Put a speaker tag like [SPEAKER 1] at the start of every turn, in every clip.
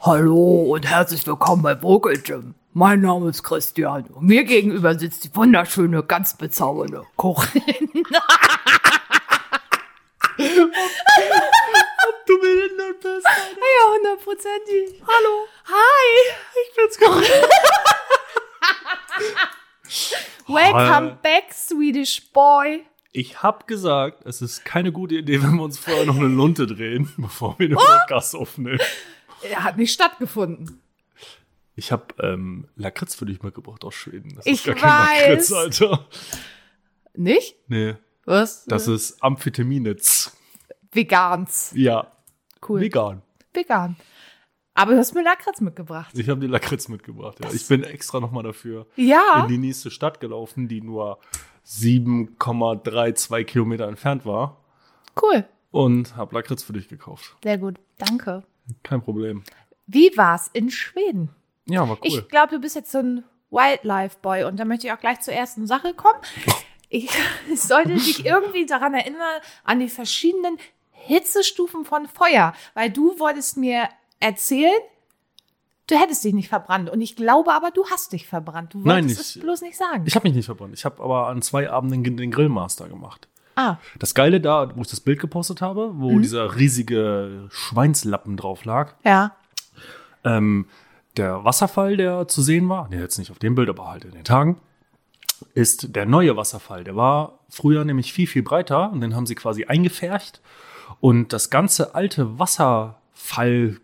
[SPEAKER 1] Hallo und herzlich willkommen bei Vocal Gym. Mein Name ist Christian und mir gegenüber sitzt die wunderschöne, ganz bezaubernde Corinne.
[SPEAKER 2] Du behindert bist.
[SPEAKER 1] Ja, hundertprozentig. Hallo.
[SPEAKER 3] Hi!
[SPEAKER 2] Ich bin's Corinne.
[SPEAKER 3] Welcome
[SPEAKER 2] Hi.
[SPEAKER 3] back, Swedish Boy.
[SPEAKER 2] Ich hab gesagt, es ist keine gute Idee, wenn wir uns vorher noch eine Lunte drehen, bevor wir den
[SPEAKER 3] Oh!
[SPEAKER 2] Podcast aufnehmen.
[SPEAKER 3] Er hat nicht stattgefunden.
[SPEAKER 2] Ich hab ähm, Lakritz für dich mitgebracht aus Schweden. Das
[SPEAKER 3] Ich
[SPEAKER 2] Lakritz,
[SPEAKER 3] weiß.
[SPEAKER 2] Alter.
[SPEAKER 3] Nicht?
[SPEAKER 2] Nee,
[SPEAKER 3] Was?
[SPEAKER 2] das ist Amphetamine-Z.
[SPEAKER 3] Vegans.
[SPEAKER 2] Ja,
[SPEAKER 3] Cool.
[SPEAKER 2] vegan.
[SPEAKER 3] Vegan. Aber du hast mir Lakritz mitgebracht.
[SPEAKER 2] Ich habe die Lakritz mitgebracht. Ja. Ich bin extra nochmal dafür
[SPEAKER 3] Ja.
[SPEAKER 2] in die nächste Stadt gelaufen, die nur 7,32 Kilometer entfernt war
[SPEAKER 3] Cool.
[SPEAKER 2] und hab Lakritz für dich gekauft.
[SPEAKER 3] Sehr gut. Danke.
[SPEAKER 2] Kein Problem.
[SPEAKER 3] Wie war's in Schweden?
[SPEAKER 2] Ja, war cool.
[SPEAKER 3] Ich glaube, du bist jetzt so ein Wildlife Boy und da möchte ich auch gleich zur ersten Sache kommen. Ich sollte dich irgendwie daran erinnern, an die verschiedenen Hitzestufen von Feuer, weil du wolltest mir erzählen, du hättest dich nicht verbrannt und ich glaube aber, du hast dich verbrannt. Du
[SPEAKER 2] Nein,
[SPEAKER 3] wolltest
[SPEAKER 2] ich-
[SPEAKER 3] es bloß nicht sagen.
[SPEAKER 2] Ich habe mich nicht verbrannt. Ich habe aber an zwei Abenden den- den Grillmaster gemacht.
[SPEAKER 3] ah,
[SPEAKER 2] Das Geile da, wo ich das Bild gepostet habe, wo dieser riesige Schweinslappen drauf lag,
[SPEAKER 3] ja.
[SPEAKER 2] ähm, der Wasserfall, der zu sehen war, nee, jetzt nicht auf dem Bild, aber halt in den Tagen, ist der neue Wasserfall. Der war früher nämlich viel, viel breiter und den haben sie quasi eingefärbt. Und das ganze alte Wasserfall,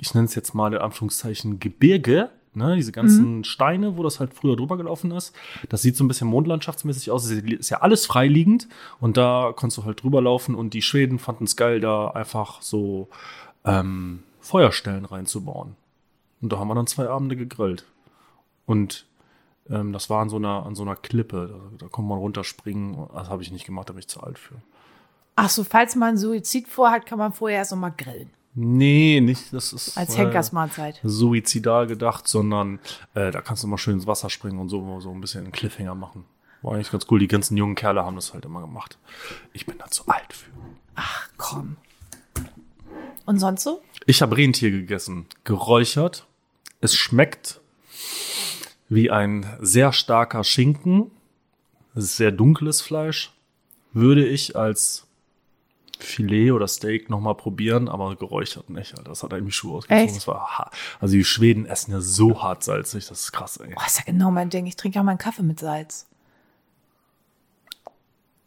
[SPEAKER 2] ich nenne es jetzt mal in Anführungszeichen Gebirge, ne, diese ganzen Steine, wo das halt früher drüber gelaufen ist, das sieht so ein bisschen mondlandschaftsmäßig aus. Es Ist ja alles freiliegend und da konntest du halt drüber laufen und die Schweden fanden es geil, da einfach so ähm, Feuerstellen reinzubauen. Und da haben wir dann zwei Abende gegrillt. Und ähm, das war an so einer, an so einer Klippe. Da, da konnte man runterspringen. Das habe ich nicht gemacht, da bin ich zu alt für.
[SPEAKER 3] Ach so, falls man Suizid vorhat, kann man vorher erst noch mal grillen.
[SPEAKER 2] Nee, nicht. Das ist
[SPEAKER 3] Als
[SPEAKER 2] äh,
[SPEAKER 3] Henkersmahlzeit.
[SPEAKER 2] suizidal gedacht, sondern äh, da kannst du mal schön ins Wasser springen und so, so ein bisschen einen Cliffhanger machen. War eigentlich ganz cool. Die ganzen jungen Kerle haben das halt immer gemacht. Ich bin da zu alt für.
[SPEAKER 3] Ach komm. Und sonst so?
[SPEAKER 2] Ich habe Rentier gegessen, geräuchert. Es schmeckt wie ein sehr starker Schinken. Es ist sehr dunkles Fleisch. Würde ich als Filet oder Steak nochmal probieren, aber geräuchert nicht. Alter. Das hat einem die Schuhe ausgezogen.
[SPEAKER 3] Echt?
[SPEAKER 2] Das war ha- also die Schweden essen ja so hart salzig, das ist krass, ey.
[SPEAKER 3] Oh, ist ja genau mein Ding. Ich trinke ja meinen Kaffee mit Salz.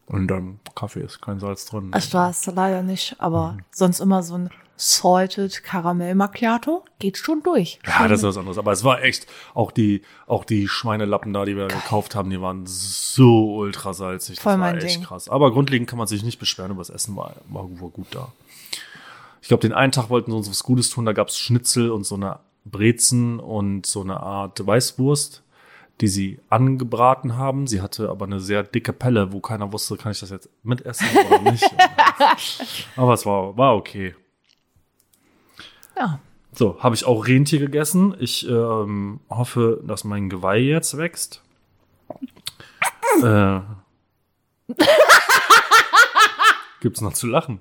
[SPEAKER 2] Und dann Kaffee ist kein Salz drin.
[SPEAKER 3] Das war es leider nicht, aber
[SPEAKER 2] Mhm.
[SPEAKER 3] sonst immer so ein Salted Karamell Macchiato geht schon durch.
[SPEAKER 2] Ja, das ist was anderes. Aber es war echt, auch die, auch die Schweinelappen da, die wir gekauft haben, die waren so ultra salzig.
[SPEAKER 3] Voll
[SPEAKER 2] das war
[SPEAKER 3] mein
[SPEAKER 2] echt
[SPEAKER 3] Ding.
[SPEAKER 2] krass. Aber grundlegend kann man sich nicht beschweren, über das Essen war, war, war gut da. Ich glaube, den einen Tag wollten sie uns was Gutes tun. Da gab's Schnitzel und so eine Brezen und so eine Art Weißwurst, die sie angebraten haben. Sie hatte aber eine sehr dicke Pelle, wo keiner wusste, kann ich das jetzt mitessen oder nicht. aber es war, war okay.
[SPEAKER 3] Ja.
[SPEAKER 2] So, habe ich auch Rentier gegessen. Ich ähm, hoffe, dass mein Geweih jetzt wächst. Äh. Gibt's noch zu lachen.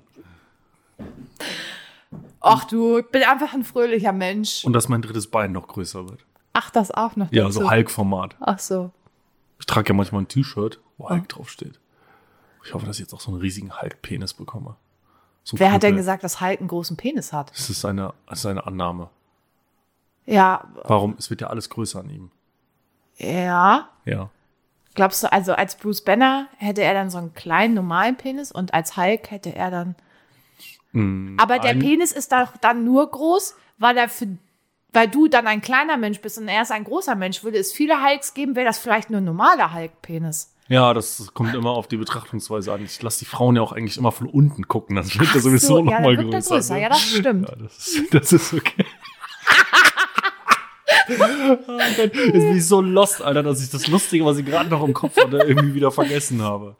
[SPEAKER 3] Ach du, ich bin einfach ein fröhlicher Mensch.
[SPEAKER 2] Und dass mein drittes Bein noch größer wird.
[SPEAKER 3] Ach, das auch noch
[SPEAKER 2] Ja,
[SPEAKER 3] dazu.
[SPEAKER 2] so Hulk-Format.
[SPEAKER 3] Ach so.
[SPEAKER 2] Ich trage ja manchmal ein T-Shirt, wo
[SPEAKER 3] Ah.
[SPEAKER 2] Hulk draufsteht. Ich hoffe, dass ich jetzt auch so einen riesigen Hulk-Penis bekomme. So ein
[SPEAKER 3] Wer hat denn
[SPEAKER 2] Knüppel.
[SPEAKER 3] gesagt, dass Hulk einen großen Penis hat?
[SPEAKER 2] Das ist eine, das ist eine Annahme.
[SPEAKER 3] Ja,
[SPEAKER 2] Warum? Es wird ja alles größer an ihm.
[SPEAKER 3] ja.
[SPEAKER 2] Ja.
[SPEAKER 3] Glaubst du, also als Bruce Banner hätte er dann so einen kleinen, normalen Penis und als Hulk hätte er dann. Aber der
[SPEAKER 2] Hm, ein-
[SPEAKER 3] Penis ist doch dann nur groß, weil er für. Weil du dann ein kleiner Mensch bist und er ist ein großer Mensch. Würde es viele Hulks geben, wäre das vielleicht nur ein normaler Hulk-Penis.
[SPEAKER 2] Ja, das kommt immer auf die Betrachtungsweise an. Ich lasse die Frauen ja auch eigentlich immer von unten gucken. Das wird ja
[SPEAKER 3] Ach
[SPEAKER 2] sowieso
[SPEAKER 3] so, ja,
[SPEAKER 2] nochmal
[SPEAKER 3] dann wird er
[SPEAKER 2] größer.
[SPEAKER 3] größer.
[SPEAKER 2] ne?
[SPEAKER 3] Ja, das stimmt.
[SPEAKER 2] Ja, das, ist, das ist okay. oh Gott, jetzt bin ich so lost, Alter, dass ich das Lustige, was ich gerade noch im Kopf hatte, irgendwie wieder vergessen habe.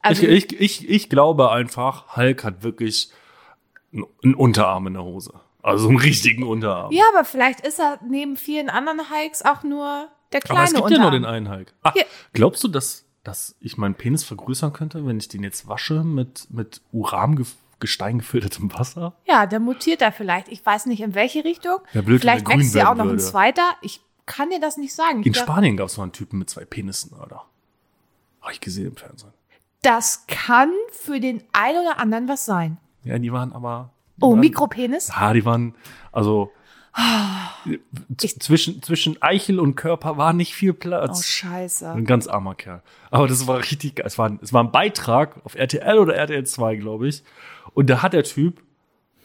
[SPEAKER 3] Also,
[SPEAKER 2] ich, ich, ich, ich glaube einfach, Hulk hat wirklich einen- einen Unterarm in der Hose. Also einen richtigen Unterarm.
[SPEAKER 3] ja, aber vielleicht ist er neben vielen anderen Hikes auch nur der kleine
[SPEAKER 2] Aber es gibt ja
[SPEAKER 3] Unterarm.
[SPEAKER 2] nur den einen Hulk. Ah,
[SPEAKER 3] Ja.
[SPEAKER 2] Glaubst du, dass, dass ich meinen Penis vergrößern könnte, wenn ich den jetzt wasche mit, mit Uran gef- Gestein gefiltertem Wasser.
[SPEAKER 3] Ja, der mutiert da vielleicht. Ich weiß nicht, in welche Richtung.
[SPEAKER 2] Wär blöd, wenn
[SPEAKER 3] vielleicht
[SPEAKER 2] der grün
[SPEAKER 3] wächst ja
[SPEAKER 2] werden
[SPEAKER 3] auch noch ein
[SPEAKER 2] würde.
[SPEAKER 3] zweiter. Ich kann dir das nicht sagen.
[SPEAKER 2] In
[SPEAKER 3] Ich glaub,
[SPEAKER 2] Spanien gab es mal einen Typen mit zwei Penissen, oder? Habe ich gesehen im Fernsehen.
[SPEAKER 3] das kann für den einen oder anderen was sein.
[SPEAKER 2] Ja, die waren aber. die
[SPEAKER 3] Oh,
[SPEAKER 2] waren-
[SPEAKER 3] Mikropenis?
[SPEAKER 2] Ja, die waren, also
[SPEAKER 3] Ah,
[SPEAKER 2] z- zwischen, zwischen Eichel und Körper war nicht viel
[SPEAKER 3] Oh,
[SPEAKER 2] Platz.
[SPEAKER 3] scheiße.
[SPEAKER 2] ein ganz armer Kerl. Aber das war richtig geil. Es war, ein- es war ein Beitrag auf RTL oder RTL 2, glaube ich. Und da hat der Typ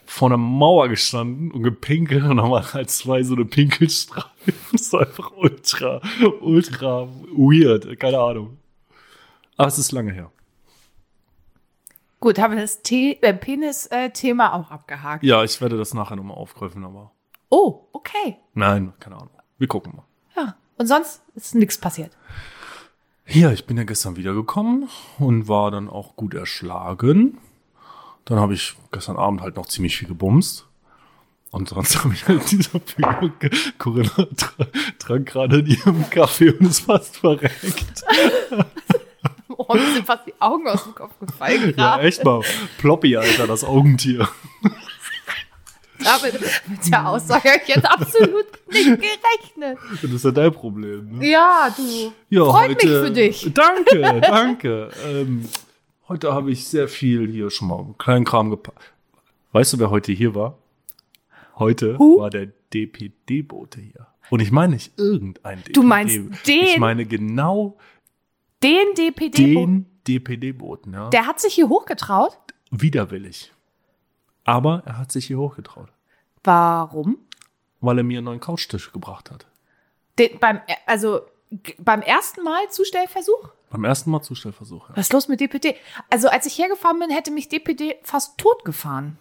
[SPEAKER 2] vor einer Mauer gestanden und gepinkelt und dann waren halt zwei so eine Pinkelstreifen. Das war einfach ultra, ultra weird. Keine Ahnung. Aber es ist lange her.
[SPEAKER 3] Gut, haben wir das Te- äh, Penis-Thema auch abgehakt.
[SPEAKER 2] Ja, ich werde das nachher nochmal aufgreifen, aber
[SPEAKER 3] Oh, okay.
[SPEAKER 2] nein, keine Ahnung. Wir gucken mal.
[SPEAKER 3] Ja. Und sonst ist nichts passiert.
[SPEAKER 2] Ja, ich bin ja gestern wiedergekommen und war dann auch gut erschlagen. Dann habe ich gestern Abend halt noch ziemlich viel gebumst. Und sonst habe ich halt dieser Figur, Corinna tra- trank gerade in ihrem Kaffee und ist fast verreckt.
[SPEAKER 3] Oh, mir sind fast die Augen aus dem Kopf gefallen
[SPEAKER 2] Ja,
[SPEAKER 3] gerade.
[SPEAKER 2] echt mal. Ploppy, Alter, das Augentier.
[SPEAKER 3] Damit, mit der Aussage habe ich jetzt absolut nicht gerechnet.
[SPEAKER 2] Das ist ja dein Problem, ne?
[SPEAKER 3] Ja, du.
[SPEAKER 2] Ja,
[SPEAKER 3] Freut mich für dich.
[SPEAKER 2] Danke, danke. ähm, heute habe ich sehr viel hier schon mal kleinen Kram gepackt. Weißt du, wer heute hier war? Heute
[SPEAKER 3] Who?
[SPEAKER 2] war der DPD-Bote hier. Und ich meine nicht irgendein DPD.
[SPEAKER 3] Du meinst
[SPEAKER 2] Ich
[SPEAKER 3] den?
[SPEAKER 2] meine genau
[SPEAKER 3] Den DPD,
[SPEAKER 2] den DPD-Boten, ja.
[SPEAKER 3] der hat sich hier hochgetraut.
[SPEAKER 2] Widerwillig. Aber er hat sich hier hochgetraut,
[SPEAKER 3] Warum?
[SPEAKER 2] weil er mir einen neuen Couchtisch gebracht hat.
[SPEAKER 3] Den, beim, also g- beim ersten Mal Zustellversuch?
[SPEAKER 2] Beim ersten Mal Zustellversuch, ja.
[SPEAKER 3] Was ist los mit DPD? Also als ich hergefahren bin, hätte mich DPD fast tot gefahren.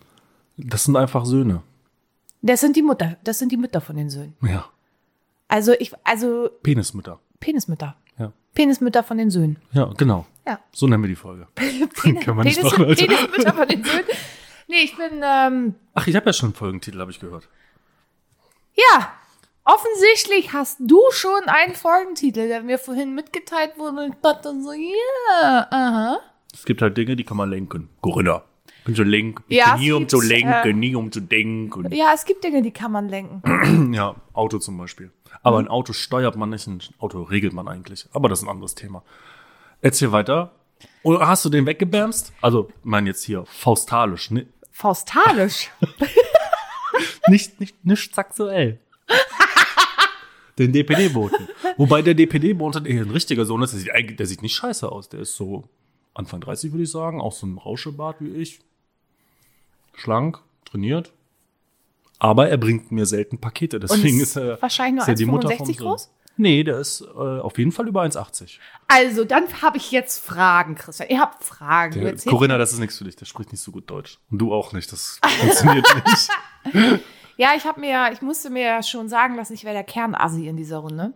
[SPEAKER 2] Das sind einfach Söhne.
[SPEAKER 3] Das sind die Mutter, das sind die Mütter von den Söhnen.
[SPEAKER 2] Ja.
[SPEAKER 3] Also ich, also
[SPEAKER 2] Penismütter.
[SPEAKER 3] Penismütter.
[SPEAKER 2] Ja.
[SPEAKER 3] Penismütter von den Söhnen.
[SPEAKER 2] Ja, genau.
[SPEAKER 3] Ja.
[SPEAKER 2] So nennen wir die Folge.
[SPEAKER 3] Penis,
[SPEAKER 2] Kann man nicht
[SPEAKER 3] Penis,
[SPEAKER 2] machen, Alter.
[SPEAKER 3] Penismütter von den Söhnen. Nee, ich bin, ähm,
[SPEAKER 2] Ach, ich habe ja schon einen Folgentitel, habe ich gehört.
[SPEAKER 3] ja, offensichtlich hast du schon einen Folgentitel, der mir vorhin mitgeteilt wurde und ich dachte so, ja, aha.
[SPEAKER 2] Es gibt halt Dinge, die kann man lenken. Gorilla. Und so lenken.
[SPEAKER 3] Ja,
[SPEAKER 2] nie
[SPEAKER 3] es
[SPEAKER 2] um zu
[SPEAKER 3] gibt,
[SPEAKER 2] lenken,
[SPEAKER 3] äh,
[SPEAKER 2] nie um zu denken.
[SPEAKER 3] Ja, es gibt Dinge, die kann man lenken.
[SPEAKER 2] Ja, Auto zum Beispiel. Aber ein Auto steuert man nicht, ein Auto regelt man eigentlich. Aber das ist ein anderes Thema. Erzähl weiter. Oder hast du den weggebamst? Also, ich meine jetzt hier faustalisch, ne?
[SPEAKER 3] Faustalisch.
[SPEAKER 2] nicht, nicht, nicht sexuell. den DPD-Boten. Wobei der DPD-Boten eher ein richtiger Sohn ist. Der sieht, eigentlich- der sieht nicht scheiße aus. Der ist so Anfang 30, würde ich sagen. Auch so ein Rauschebart wie ich. Schlank, trainiert. Aber er bringt mir selten Pakete. Deswegen ist
[SPEAKER 3] ist
[SPEAKER 2] er
[SPEAKER 3] wahrscheinlich nur
[SPEAKER 2] ist er die Mutter vom
[SPEAKER 3] 1,65
[SPEAKER 2] Sohn.
[SPEAKER 3] groß?
[SPEAKER 2] Nee, der ist äh, auf jeden Fall über 1,80.
[SPEAKER 3] Also, dann habe ich jetzt Fragen, Christian. Ihr habt Fragen. Du
[SPEAKER 2] Der-
[SPEAKER 3] erzählst-
[SPEAKER 2] Corinna, das ist nichts für dich. Der spricht nicht so gut Deutsch. Und du auch nicht. Das funktioniert nicht.
[SPEAKER 3] Ja, ich habe mir, ich musste mir ja schon sagen lassen, ich wäre der Kernassi in dieser Runde.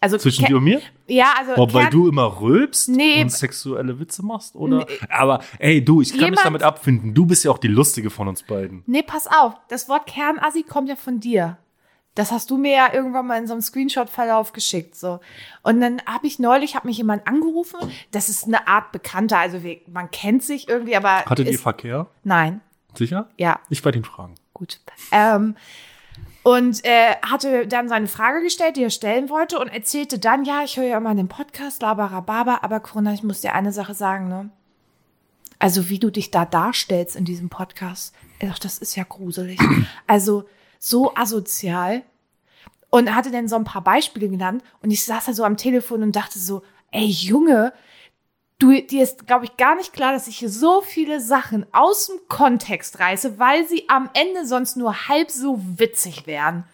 [SPEAKER 3] Also
[SPEAKER 2] Zwischen
[SPEAKER 3] Ke-
[SPEAKER 2] dir und mir?
[SPEAKER 3] Ja, also
[SPEAKER 2] Boah, weil
[SPEAKER 3] Kern-
[SPEAKER 2] du immer rülpst
[SPEAKER 3] Nee.
[SPEAKER 2] und sexuelle Witze machst, oder? Aber ey, du, ich kann mich
[SPEAKER 3] Jemand-
[SPEAKER 2] damit abfinden. Du bist ja auch die Lustige von uns beiden.
[SPEAKER 3] Nee, pass auf. Das Wort Kernassi kommt ja von dir. Das hast du mir ja irgendwann mal in so einem Screenshot-Verlauf geschickt. So. Und dann habe ich neulich, hat mich jemand angerufen. Das ist eine Art Bekannter. Also wir, man kennt sich irgendwie, aber.
[SPEAKER 2] Hattet ihr
[SPEAKER 3] ist,
[SPEAKER 2] Verkehr?
[SPEAKER 3] Nein,
[SPEAKER 2] Sicher?
[SPEAKER 3] ja.
[SPEAKER 2] Ich werde ihn fragen.
[SPEAKER 3] Gut. Ähm, und äh, hatte dann seine Frage gestellt, die er stellen wollte, und erzählte dann, ja, ich höre ja immer den Podcast Labarababa, aber Corona, ich muss dir eine Sache sagen, ne? Also, wie du dich da darstellst in diesem Podcast, ich dachte, das ist ja gruselig. Also, so asozial. Und er hatte dann so ein paar Beispiele genannt und ich saß da so am Telefon und dachte so, ey Junge, du, dir ist, glaube ich, gar nicht klar, dass ich hier so viele Sachen aus dem Kontext reiße, weil sie am Ende sonst nur halb so witzig wären.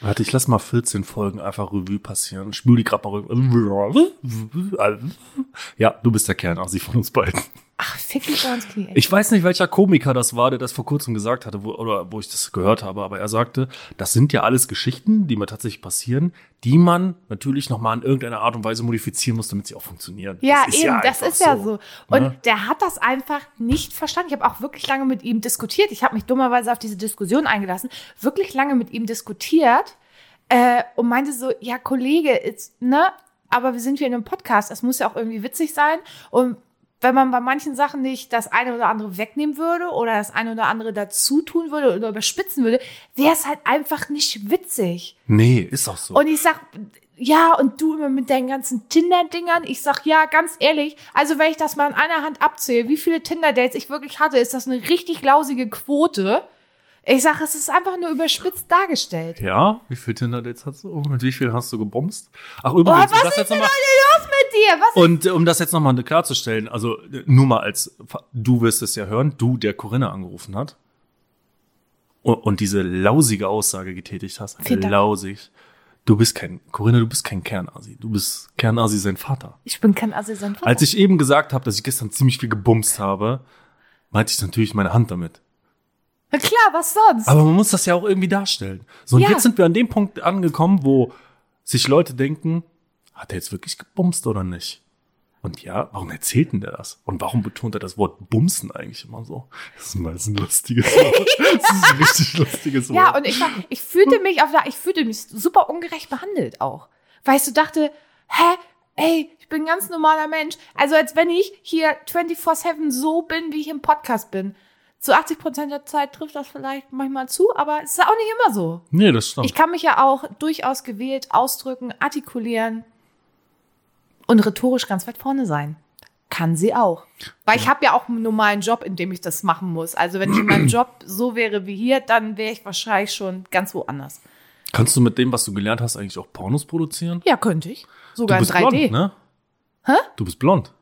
[SPEAKER 2] Warte, ich lass mal 14 Folgen einfach Revue passieren. Spül die gerade mal rüber. Ja, du bist der Kernasi von uns beiden.
[SPEAKER 3] Ach, fick dich doch ins Knie. ey.
[SPEAKER 2] Ich weiß nicht, welcher Komiker das war, der das vor kurzem gesagt hatte, wo, oder wo ich das gehört habe, aber er sagte, das sind ja alles Geschichten, die mir tatsächlich passieren, die man natürlich nochmal in irgendeiner Art und Weise modifizieren muss, damit sie auch funktionieren.
[SPEAKER 3] ja, eben, das
[SPEAKER 2] einfach
[SPEAKER 3] ist ja so. Und
[SPEAKER 2] ne?
[SPEAKER 3] der hat das einfach nicht verstanden. Ich habe auch wirklich lange mit ihm diskutiert. Ich habe mich dummerweise auf diese Diskussion eingelassen. Wirklich lange mit ihm diskutiert äh, und meinte so, ja, Kollege, jetzt, ne? Aber wir sind hier in einem Podcast, das muss ja auch irgendwie witzig sein. Und wenn man bei manchen Sachen nicht das eine oder andere wegnehmen würde oder das eine oder andere dazu tun würde oder überspitzen würde, wäre es halt einfach nicht witzig.
[SPEAKER 2] Nee, ist auch so.
[SPEAKER 3] Und ich sag, ja, und du immer mit deinen ganzen Tinder-Dingern. Ich sag, ja, ganz ehrlich, also wenn ich das mal in einer Hand abzähle, wie viele Tinder-Dates ich wirklich hatte, ist das eine richtig lausige Quote. Ich sag, es ist einfach nur überspitzt dargestellt.
[SPEAKER 2] ja, wie viel Tinder-Dates hast du? Mit wie viel hast du gebumst? Ach,
[SPEAKER 3] Oh,
[SPEAKER 2] übrigens, um
[SPEAKER 3] was
[SPEAKER 2] das
[SPEAKER 3] ist
[SPEAKER 2] jetzt
[SPEAKER 3] denn
[SPEAKER 2] nochmal.
[SPEAKER 3] heute los mit dir? Was
[SPEAKER 2] Und äh, um das jetzt nochmal klarzustellen, also äh, nur mal als, du wirst es ja hören, du, der Corinna angerufen hat und, und diese lausige Aussage getätigt hast.
[SPEAKER 3] Vielen Dank.
[SPEAKER 2] Lausig. Du bist kein, Corinna, du bist kein Kernasi. Du bist Kernasi sein Vater.
[SPEAKER 3] ich bin kein Assistent.
[SPEAKER 2] Als ich eben gesagt habe, dass ich gestern ziemlich viel gebumst habe, meinte ich natürlich meine Hand damit.
[SPEAKER 3] Na klar, was sonst?
[SPEAKER 2] Aber man muss das ja auch irgendwie darstellen. So, und
[SPEAKER 3] Ja.
[SPEAKER 2] jetzt sind wir an dem Punkt angekommen, wo sich Leute denken, hat er jetzt wirklich gebumst oder nicht? Und ja, warum erzählt denn der das? Und warum betont er das Wort Bumsen eigentlich immer so? Das ist mal ein lustiges Wort. Das ist ein richtig lustiges Wort.
[SPEAKER 3] Ja, und ich, war- ich fühlte mich auf der, ich fühlte mich super ungerecht behandelt auch. Weißt du, dachte, hä? Ey, ich bin ein ganz normaler Mensch. Also als wenn ich hier 24-7 so bin, wie ich im Podcast bin. Zu 80 Prozent der Zeit trifft das vielleicht manchmal zu, aber es ist auch nicht immer so.
[SPEAKER 2] nee, das stimmt.
[SPEAKER 3] Ich kann mich ja auch durchaus gewählt ausdrücken, artikulieren und rhetorisch ganz weit vorne sein. Kann sie auch. Weil ich habe ja auch einen normalen Job, in dem ich das machen muss. Also wenn ich in meinem Job so wäre wie hier, dann wäre ich wahrscheinlich schon ganz woanders.
[SPEAKER 2] Kannst du mit dem, was du gelernt hast, eigentlich auch Pornos produzieren?
[SPEAKER 3] Ja, könnte ich. Sogar
[SPEAKER 2] du
[SPEAKER 3] in
[SPEAKER 2] bist
[SPEAKER 3] 3D.
[SPEAKER 2] blond, ne?
[SPEAKER 3] Hä?
[SPEAKER 2] Du bist blond.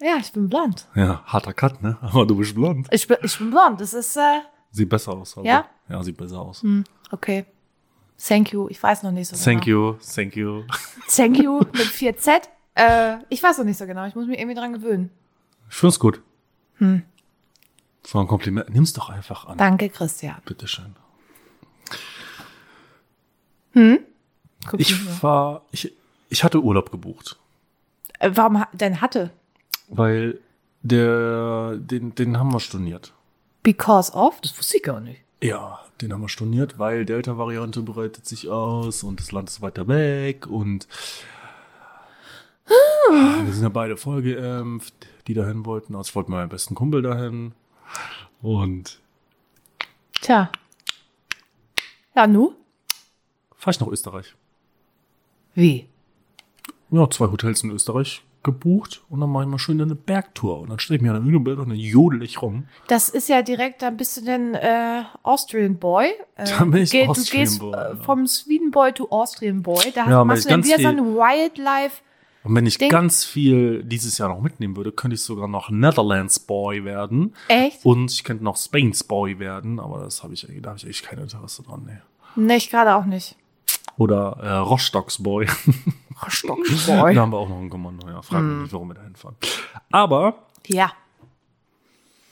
[SPEAKER 3] Ja, ich bin blond.
[SPEAKER 2] Ja, harter Cut, ne? Aber du bist blond.
[SPEAKER 3] Ich bin, ich bin blond. Das ist, äh,
[SPEAKER 2] Sieht besser aus. Also.
[SPEAKER 3] Ja?
[SPEAKER 2] Ja, sieht besser aus.
[SPEAKER 3] hm, okay. Thank you. Ich weiß noch nicht so
[SPEAKER 2] Thank
[SPEAKER 3] genau.
[SPEAKER 2] you, thank you.
[SPEAKER 3] Thank you mit 4Z. Äh, ich weiß noch nicht so genau. Ich muss mich irgendwie dran gewöhnen.
[SPEAKER 2] Ich find's gut.
[SPEAKER 3] Hm.
[SPEAKER 2] Das war ein Kompliment. Nimm's doch einfach an.
[SPEAKER 3] Danke, Christian.
[SPEAKER 2] Bitteschön.
[SPEAKER 3] Hm? Guck
[SPEAKER 2] Ich
[SPEAKER 3] mich mal.
[SPEAKER 2] war, ich, ich hatte Urlaub gebucht,
[SPEAKER 3] Äh, Warum ha- denn hatte?
[SPEAKER 2] weil der, den, den haben wir storniert.
[SPEAKER 3] Because of?
[SPEAKER 1] Das wusste ich gar nicht.
[SPEAKER 2] Ja, den haben wir storniert, weil Delta-Variante breitet sich aus und das Land ist weiter weg und
[SPEAKER 3] Ah.
[SPEAKER 2] wir sind ja beide vollgeimpft, die dahin wollten. Also ich wollte mit meinem besten Kumpel dahin und
[SPEAKER 3] Tja. Ja, nu?
[SPEAKER 2] fahr ich nach Österreich.
[SPEAKER 3] Wie?
[SPEAKER 2] ja, zwei Hotels in Österreich gebucht und dann mache ich mal schön eine Bergtour. Und dann stelle ich mir an der Hügelbild und dann jodel ich rum.
[SPEAKER 3] Das ist ja direkt, dann bist du denn äh, Austrian Boy. Äh,
[SPEAKER 2] Dann bin ich
[SPEAKER 3] geh-
[SPEAKER 2] Austrian
[SPEAKER 3] Du
[SPEAKER 2] Boy,
[SPEAKER 3] gehst äh,
[SPEAKER 2] ja.
[SPEAKER 3] vom Sweden Boy to Austrian Boy. Da hast,
[SPEAKER 2] Ja, mach ich
[SPEAKER 3] machst du dann
[SPEAKER 2] ganz
[SPEAKER 3] wieder so
[SPEAKER 2] viel.
[SPEAKER 3] eine Wildlife.
[SPEAKER 2] Und wenn ich
[SPEAKER 3] Ding.
[SPEAKER 2] ganz viel dieses Jahr noch mitnehmen würde, könnte ich sogar noch Netherlands Boy werden.
[SPEAKER 3] Echt?
[SPEAKER 2] Und ich könnte noch Spain's Boy werden, aber das habe ich, da habe ich echt kein Interesse dran. Nee.
[SPEAKER 3] Nee, ich gerade auch nicht.
[SPEAKER 2] Oder äh, Rostocks Boy.
[SPEAKER 1] Boy.
[SPEAKER 2] da haben wir auch noch einen Kommando. Ja, fragen mich nicht, warum wir da hinfahren. Aber,
[SPEAKER 3] Ja.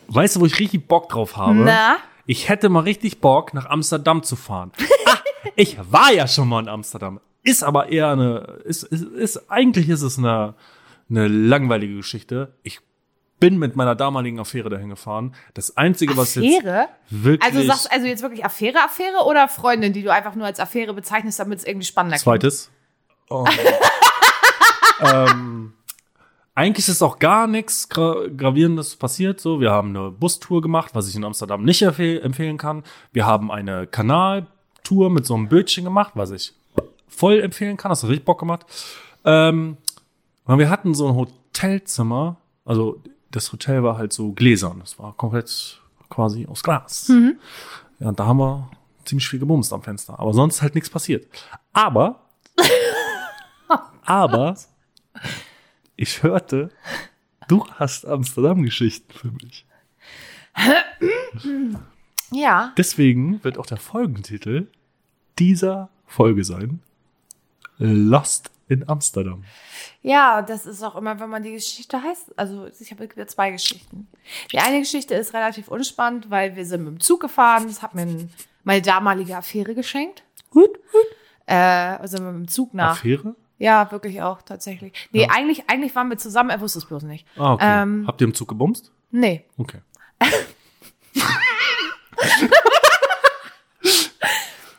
[SPEAKER 2] weißt du, wo ich richtig Bock drauf habe?
[SPEAKER 3] Na?
[SPEAKER 2] Ich hätte mal richtig Bock, nach Amsterdam zu fahren. Ah, ich war ja schon mal in Amsterdam. Ist aber eher eine, ist, ist, ist, eigentlich ist es eine, eine langweilige Geschichte. Ich bin mit meiner damaligen Affäre dahin gefahren. Das Einzige, was jetzt
[SPEAKER 3] Affäre?
[SPEAKER 2] wirklich
[SPEAKER 3] Also sagst also jetzt wirklich Affäre, Affäre oder Freundin, die du einfach nur als Affäre bezeichnest, damit es irgendwie spannender
[SPEAKER 2] Zweites. Oh. ähm, eigentlich ist auch gar nichts Gra Gravierendes passiert. So, wir haben eine Bustour gemacht, was ich in Amsterdam nicht empfeh- empfehlen kann. Wir haben eine Kanaltour mit so einem Bötchen gemacht, was ich voll empfehlen kann. Das hat richtig Bock gemacht. Ähm, und wir hatten so ein Hotelzimmer. Also das Hotel war halt so gläsern. Das war komplett quasi aus Glas. Ja, und da haben wir ziemlich viel gebumst am Fenster. Aber sonst halt nichts passiert. Aber, aber, ich hörte, du hast Amsterdam-Geschichten für mich.
[SPEAKER 3] klingt. Ja.
[SPEAKER 2] Deswegen wird auch der Folgentitel dieser Folge sein: Lost in Amsterdam.
[SPEAKER 3] Ja, das ist auch immer, wenn man die Geschichte heißt. Also ich habe wieder zwei Geschichten. Die eine Geschichte ist relativ unspannend, weil wir sind mit dem Zug gefahren. Das hat mir ein- meine damalige Affäre geschenkt. Gut, gut. Äh, also mit dem Zug nach.
[SPEAKER 2] Affäre?
[SPEAKER 3] Ja, wirklich auch, tatsächlich. Nee,
[SPEAKER 2] Ja.
[SPEAKER 3] eigentlich, eigentlich waren wir zusammen, er wusste es bloß nicht.
[SPEAKER 2] Ah, okay.
[SPEAKER 3] Ähm.
[SPEAKER 2] Habt ihr im Zug gebumst?
[SPEAKER 3] Nee.
[SPEAKER 2] Okay.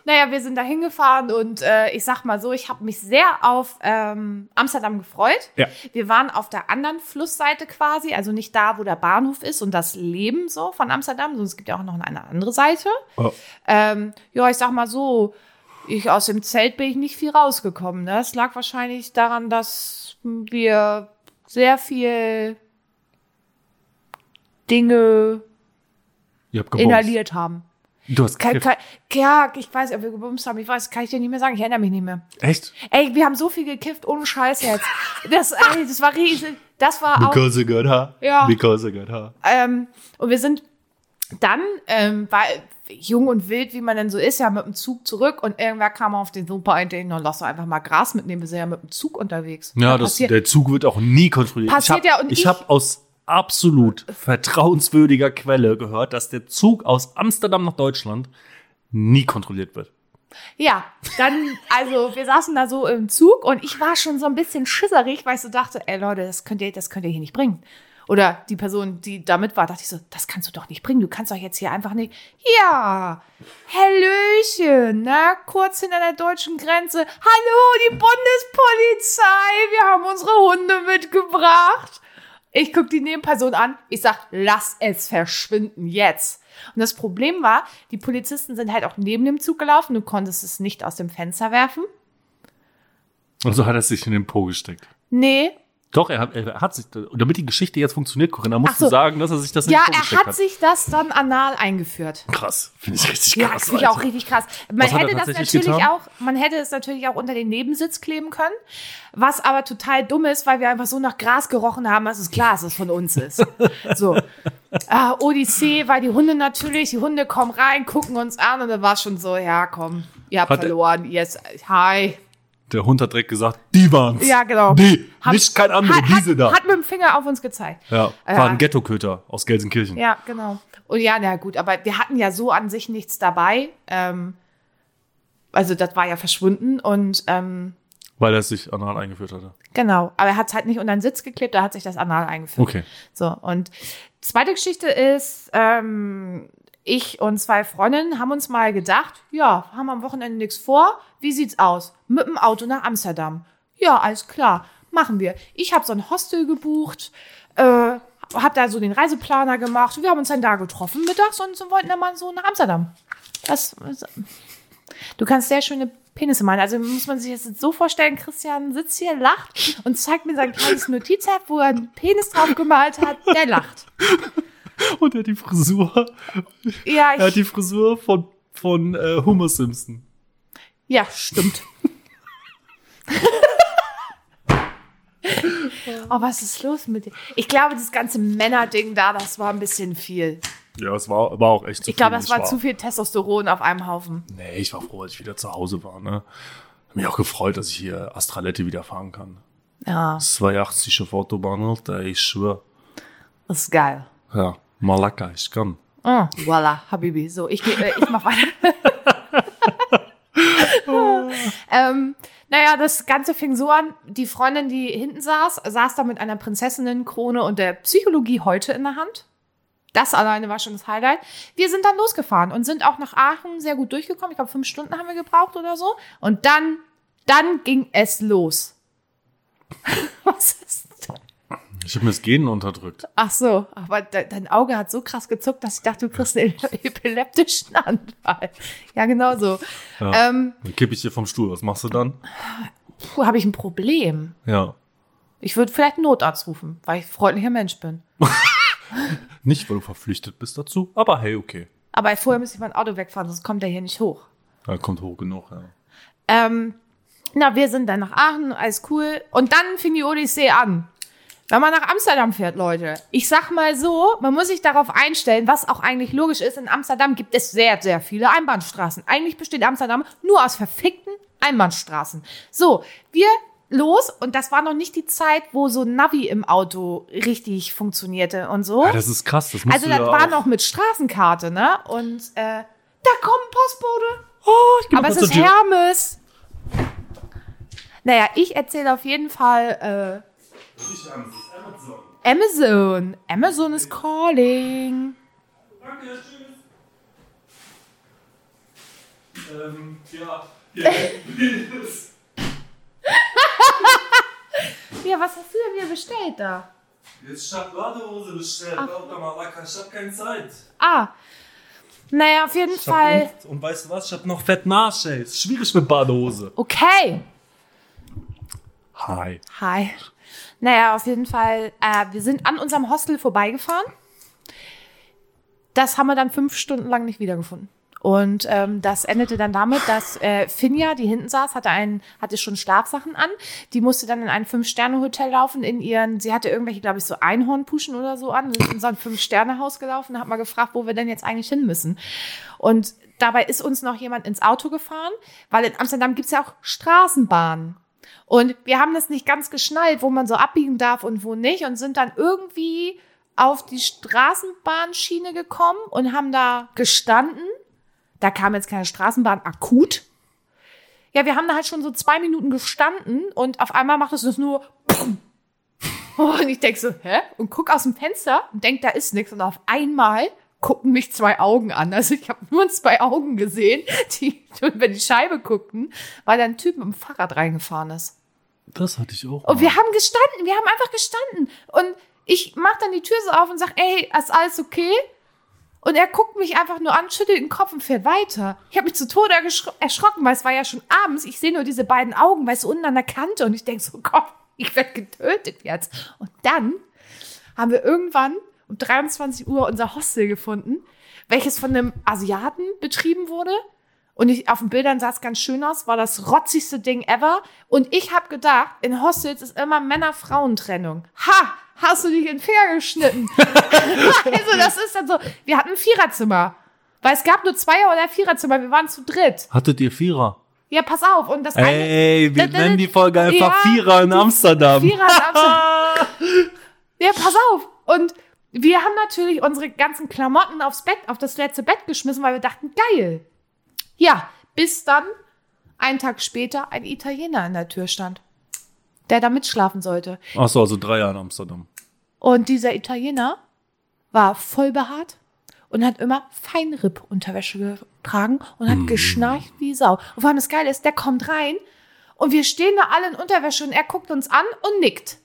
[SPEAKER 3] Naja, ja, wir sind da hingefahren und äh, ich sag mal so, ich habe mich sehr auf ähm, Amsterdam gefreut.
[SPEAKER 2] Ja.
[SPEAKER 3] Wir waren auf der anderen Flussseite quasi, also nicht da, wo der Bahnhof ist und das Leben so von Amsterdam, sondern es gibt ja auch noch eine andere Seite.
[SPEAKER 2] Oh.
[SPEAKER 3] Ähm, ja, ich sag mal so, ich aus dem Zelt bin ich nicht viel rausgekommen. Ne? Das lag wahrscheinlich daran, dass wir sehr viel Dinge
[SPEAKER 2] Ihr habt gebumst.
[SPEAKER 3] inhaliert haben.
[SPEAKER 2] Du hast
[SPEAKER 3] Kann,
[SPEAKER 2] gekifft.
[SPEAKER 3] kann, ja, ich weiß, ob wir gebumst haben. Ich weiß, kann ich dir nicht mehr sagen. Ich erinnere mich nicht mehr.
[SPEAKER 2] Echt?
[SPEAKER 3] Ey, wir haben so viel gekifft, ohne Scheiß jetzt. Das, ey, das war riesig. Das war auch.
[SPEAKER 2] you got her.
[SPEAKER 3] Ja.
[SPEAKER 2] Because you got her.
[SPEAKER 3] Ähm, und wir sind dann, ähm, weil jung und wild, wie man denn so ist, ja mit dem Zug zurück und irgendwer kam auf den super Idee, na lass doch einfach mal Gras mitnehmen. Wir sind ja mit dem Zug unterwegs.
[SPEAKER 2] Ja,
[SPEAKER 3] Da
[SPEAKER 2] das,
[SPEAKER 3] passiert-
[SPEAKER 2] der Zug wird auch nie kontrolliert.
[SPEAKER 3] Passiert
[SPEAKER 2] ich
[SPEAKER 3] ja
[SPEAKER 2] habe
[SPEAKER 3] und
[SPEAKER 2] ich
[SPEAKER 3] ich-
[SPEAKER 2] hab aus absolut vertrauenswürdiger Quelle gehört, dass der Zug aus Amsterdam nach Deutschland nie kontrolliert wird.
[SPEAKER 3] Ja, dann, also wir saßen da so im Zug und ich war schon so ein bisschen schisserig, weil ich so dachte, ey Leute, das könnt ihr, das könnt ihr hier nicht bringen. Oder die Person, die damit war, dachte ich so, das kannst du doch nicht bringen. Du kannst doch jetzt hier einfach nicht. Ja, Hallöchen, ne? Kurz hinter der deutschen Grenze. Hallo, die Bundespolizei, wir haben unsere Hunde mitgebracht. Ich guck die Nebenperson an. Ich sag, lass es verschwinden jetzt. Und das Problem war, die Polizisten sind halt auch neben dem Zug gelaufen. Du konntest es nicht aus dem Fenster werfen.
[SPEAKER 2] Und so hat er es sich in den Po gesteckt.
[SPEAKER 3] Nee.
[SPEAKER 2] Doch, er hat, er hat sich, damit die Geschichte jetzt funktioniert, Corinna, musst
[SPEAKER 3] Ach so.
[SPEAKER 2] du sagen, dass er sich das in
[SPEAKER 3] Ja,
[SPEAKER 2] den Po
[SPEAKER 3] er
[SPEAKER 2] gesteckt
[SPEAKER 3] hat sich das dann anal eingeführt.
[SPEAKER 2] Krass, finde ich richtig
[SPEAKER 3] Ja,
[SPEAKER 2] krass.
[SPEAKER 3] das finde ich auch
[SPEAKER 2] Alter.
[SPEAKER 3] richtig krass. Man
[SPEAKER 2] Was hat er
[SPEAKER 3] hätte das
[SPEAKER 2] tatsächlich
[SPEAKER 3] natürlich
[SPEAKER 2] getan?
[SPEAKER 3] auch, man hätte es natürlich auch unter den Nebensitz kleben können, was aber total dumm ist, weil wir einfach so nach Gras gerochen haben, dass es klar ist, dass es von uns ist. so. Ah, Odyssee, weil die Hunde natürlich, die Hunde kommen rein, gucken uns an und dann war es schon so, ja, komm, ihr habt
[SPEAKER 2] Hat er-
[SPEAKER 3] verloren, yes, hi.
[SPEAKER 2] Der Hund hat direkt gesagt, die waren's.
[SPEAKER 3] Ja, genau.
[SPEAKER 2] Die,
[SPEAKER 3] Hat-
[SPEAKER 2] nicht kein anderer,
[SPEAKER 3] hat,
[SPEAKER 2] diese
[SPEAKER 3] hat,
[SPEAKER 2] da.
[SPEAKER 3] Hat mit dem Finger auf uns gezeigt.
[SPEAKER 2] ja,
[SPEAKER 3] Ja.
[SPEAKER 2] war ein Ghetto-Köter aus Gelsenkirchen.
[SPEAKER 3] Ja, genau. Und ja, na gut, aber wir hatten ja so an sich nichts dabei. Ähm, also das war ja verschwunden und ähm,
[SPEAKER 2] Weil er es sich anal eingeführt hatte.
[SPEAKER 3] genau. Aber er hat es halt nicht unter den Sitz geklebt, da hat sich das anal eingeführt.
[SPEAKER 2] Okay.
[SPEAKER 3] So, und zweite Geschichte ist, ähm, ich und zwei Freundinnen haben uns mal gedacht, ja, haben am Wochenende nichts vor, wie sieht's aus? Mit dem Auto nach Amsterdam. Ja, alles klar, machen wir. Ich habe so ein Hostel gebucht, äh, habe da so den Reiseplaner gemacht. Wir haben uns dann da getroffen mittags und so wollten dann mal so nach Amsterdam. Das, du kannst sehr schöne Penisse malen. Also muss man sich das jetzt so vorstellen, Christian sitzt hier, lacht und zeigt mir sein kleines Notizheft, wo er einen Penis drauf gemalt hat, der lacht.
[SPEAKER 2] Und er hat die Frisur,
[SPEAKER 3] Ja,
[SPEAKER 2] er hat
[SPEAKER 3] ich,
[SPEAKER 2] die Frisur von, von äh, Homer Simpson.
[SPEAKER 3] ja stimmt. oh, was ist los mit dir? Ich glaube, das ganze Männerding da, das war ein bisschen viel.
[SPEAKER 2] Ja, es war, war auch echt zu
[SPEAKER 3] Hm, Ich glaube,
[SPEAKER 2] viel.
[SPEAKER 3] das war zu viel Testosteron auf einem Haufen.
[SPEAKER 2] Nee, ich war froh, als ich wieder zu Hause war. Ne? Hab mich auch gefreut, dass ich hier Astralette wieder fahren kann.
[SPEAKER 3] Ja,
[SPEAKER 2] 82 auf Autobahn, Alter, ich schwör.
[SPEAKER 3] das ist geil.
[SPEAKER 2] Ja, Malaka, ich kann.
[SPEAKER 3] Ah, voila, Habibi. So, ich, geh- äh, ich mach weiter. ähm, naja, das Ganze fing so an. Die Freundin, die hinten saß, saß da mit einer Prinzessinnenkrone und der Psychologie heute in der Hand. Das alleine war schon das Highlight. Wir sind dann losgefahren und sind auch nach Aachen sehr gut durchgekommen. Ich glaube, fünf Stunden haben wir gebraucht oder so. Und dann, dann ging es los. Was ist
[SPEAKER 2] Ich habe mir das Genen unterdrückt.
[SPEAKER 3] Ach so, aber de dein Auge hat so krass gezuckt, dass ich dachte, du kriegst einen epileptischen Anfall. Ja, genau so.
[SPEAKER 2] Ja.
[SPEAKER 3] Ähm,
[SPEAKER 2] Dann kippe ich dir vom Stuhl. Was machst du dann?
[SPEAKER 3] puh, habe ich ein Problem.
[SPEAKER 2] Ja.
[SPEAKER 3] Ich würde vielleicht einen Notarzt rufen, weil ich ein freundlicher Mensch bin.
[SPEAKER 2] Nicht, weil du verpflichtet bist dazu, aber hey, okay.
[SPEAKER 3] Aber vorher müsste ich mein Auto wegfahren, sonst kommt er hier nicht hoch.
[SPEAKER 2] Ja, kommt hoch genug, ja.
[SPEAKER 3] Ähm, na, wir sind dann nach Aachen, alles cool. Und dann fing die Odyssee an. Wenn man nach Amsterdam fährt, Leute, ich sag mal so, man muss sich darauf einstellen, was auch eigentlich logisch ist. In Amsterdam gibt es sehr, sehr viele Einbahnstraßen. Eigentlich besteht Amsterdam nur aus verfickten Einbahnstraßen. So, wir los und das war noch nicht die Zeit, wo so Navi im Auto richtig funktionierte und so.
[SPEAKER 2] ja das ist krass. Das musst
[SPEAKER 3] also
[SPEAKER 2] du
[SPEAKER 3] das
[SPEAKER 2] ja
[SPEAKER 3] war
[SPEAKER 2] auch-
[SPEAKER 3] noch mit Straßenkarte, ne? Und äh, da kommt ein Postbote.
[SPEAKER 2] Oh, ich geh mal
[SPEAKER 3] Aber es
[SPEAKER 2] kurz
[SPEAKER 3] ist
[SPEAKER 2] zur Tür.
[SPEAKER 3] Hermes. Naja, ich erzähle auf jeden Fall äh, Amazon. Amazon is calling.
[SPEAKER 2] Ähm, ja, hier ist
[SPEAKER 3] Ja, was hast du denn wieder bestellt da?
[SPEAKER 2] jetzt Schokoladenhose bestellt. Kommt doch mal wacker, ich hab keine Zeit.
[SPEAKER 3] Ah. Naja, auf jeden Fall.
[SPEAKER 2] Und, und weißt du was? Ich hab noch fetten Arsch, ey. Ist schwierig mit Badehose.
[SPEAKER 3] Okay.
[SPEAKER 2] Hi.
[SPEAKER 3] Hi. Naja, auf jeden Fall. Äh, wir sind an unserem Hostel vorbeigefahren. Das haben wir dann fünf Stunden lang nicht wiedergefunden. Und ähm, das endete dann damit, dass äh, Finja, die hinten saß, hatte, einen, hatte schon Schlafsachen an. Die musste dann in ein Fünf-Sterne-Hotel laufen. In ihren, sie hatte irgendwelche, glaube ich, so Einhornpuschen oder so an. Wir sind in so ein Fünf-Sterne-Haus gelaufen. Da hat man gefragt, wo wir denn jetzt eigentlich hin müssen. Und dabei ist uns noch jemand ins Auto gefahren, weil in Amsterdam gibt's ja auch Straßenbahnen. Und wir haben das nicht ganz geschnallt, wo man so abbiegen darf und wo nicht und sind dann irgendwie auf die Straßenbahnschiene gekommen und haben da gestanden. Da kam jetzt keine Straßenbahn akut. Ja, wir haben da halt schon so zwei Minuten gestanden und auf einmal macht es das nur Pum. und ich denk so, hä? Und guck aus dem Fenster und denk, da ist nichts und auf einmal gucken mich zwei Augen an. Also ich habe nur zwei Augen gesehen, die über die Scheibe guckten, weil da ein Typ mit dem Fahrrad reingefahren ist.
[SPEAKER 2] Das hatte ich auch.
[SPEAKER 3] Und wir haben gestanden, wir haben einfach gestanden. Und ich mach dann die Tür so auf und sag, ey, ist alles okay? Und er guckt mich einfach nur an, schüttelt den Kopf und fährt weiter. Ich habe mich zu Tode erschro- erschrocken, weil es war ja schon abends. Ich sehe nur diese beiden Augen, weil es unten an der Kante. Und ich denk so, Gott, ich werd getötet jetzt. Und dann haben wir irgendwann um 23 Uhr unser Hostel gefunden, welches von einem Asiaten betrieben wurde. Und ich, auf den Bildern sah es ganz schön aus, war das rotzigste Ding ever. Und ich habe gedacht, in Hostels ist immer Männer-Frauen-Trennung. Ha! Hast du dich in den Finger geschnitten? also, das ist dann so. Wir hatten ein Viererzimmer. Weil es gab nur Zweier- oder Viererzimmer. Wir waren zu dritt.
[SPEAKER 2] Hattet ihr Vierer?
[SPEAKER 3] Ja, pass auf. Und das eine.
[SPEAKER 2] Ey, wir
[SPEAKER 3] Da- da-
[SPEAKER 2] nennen die Folge einfach
[SPEAKER 3] Ja,
[SPEAKER 2] Vierer in Amsterdam.
[SPEAKER 3] Vierer in Amsterdam. ja, pass auf. Und wir haben natürlich unsere ganzen Klamotten aufs Bett, auf das letzte Bett geschmissen, weil wir dachten, geil. Ja, bis dann einen Tag später ein Italiener an der Tür stand, der da mitschlafen sollte.
[SPEAKER 2] Achso, also drei Jahre in Amsterdam.
[SPEAKER 3] Und dieser Italiener war voll behaart und hat immer Feinripp-Unterwäsche getragen und hat geschnarcht wie Sau. Und vor allem das Geile ist, der kommt rein und wir stehen da alle in Unterwäsche und er guckt uns an und nickt.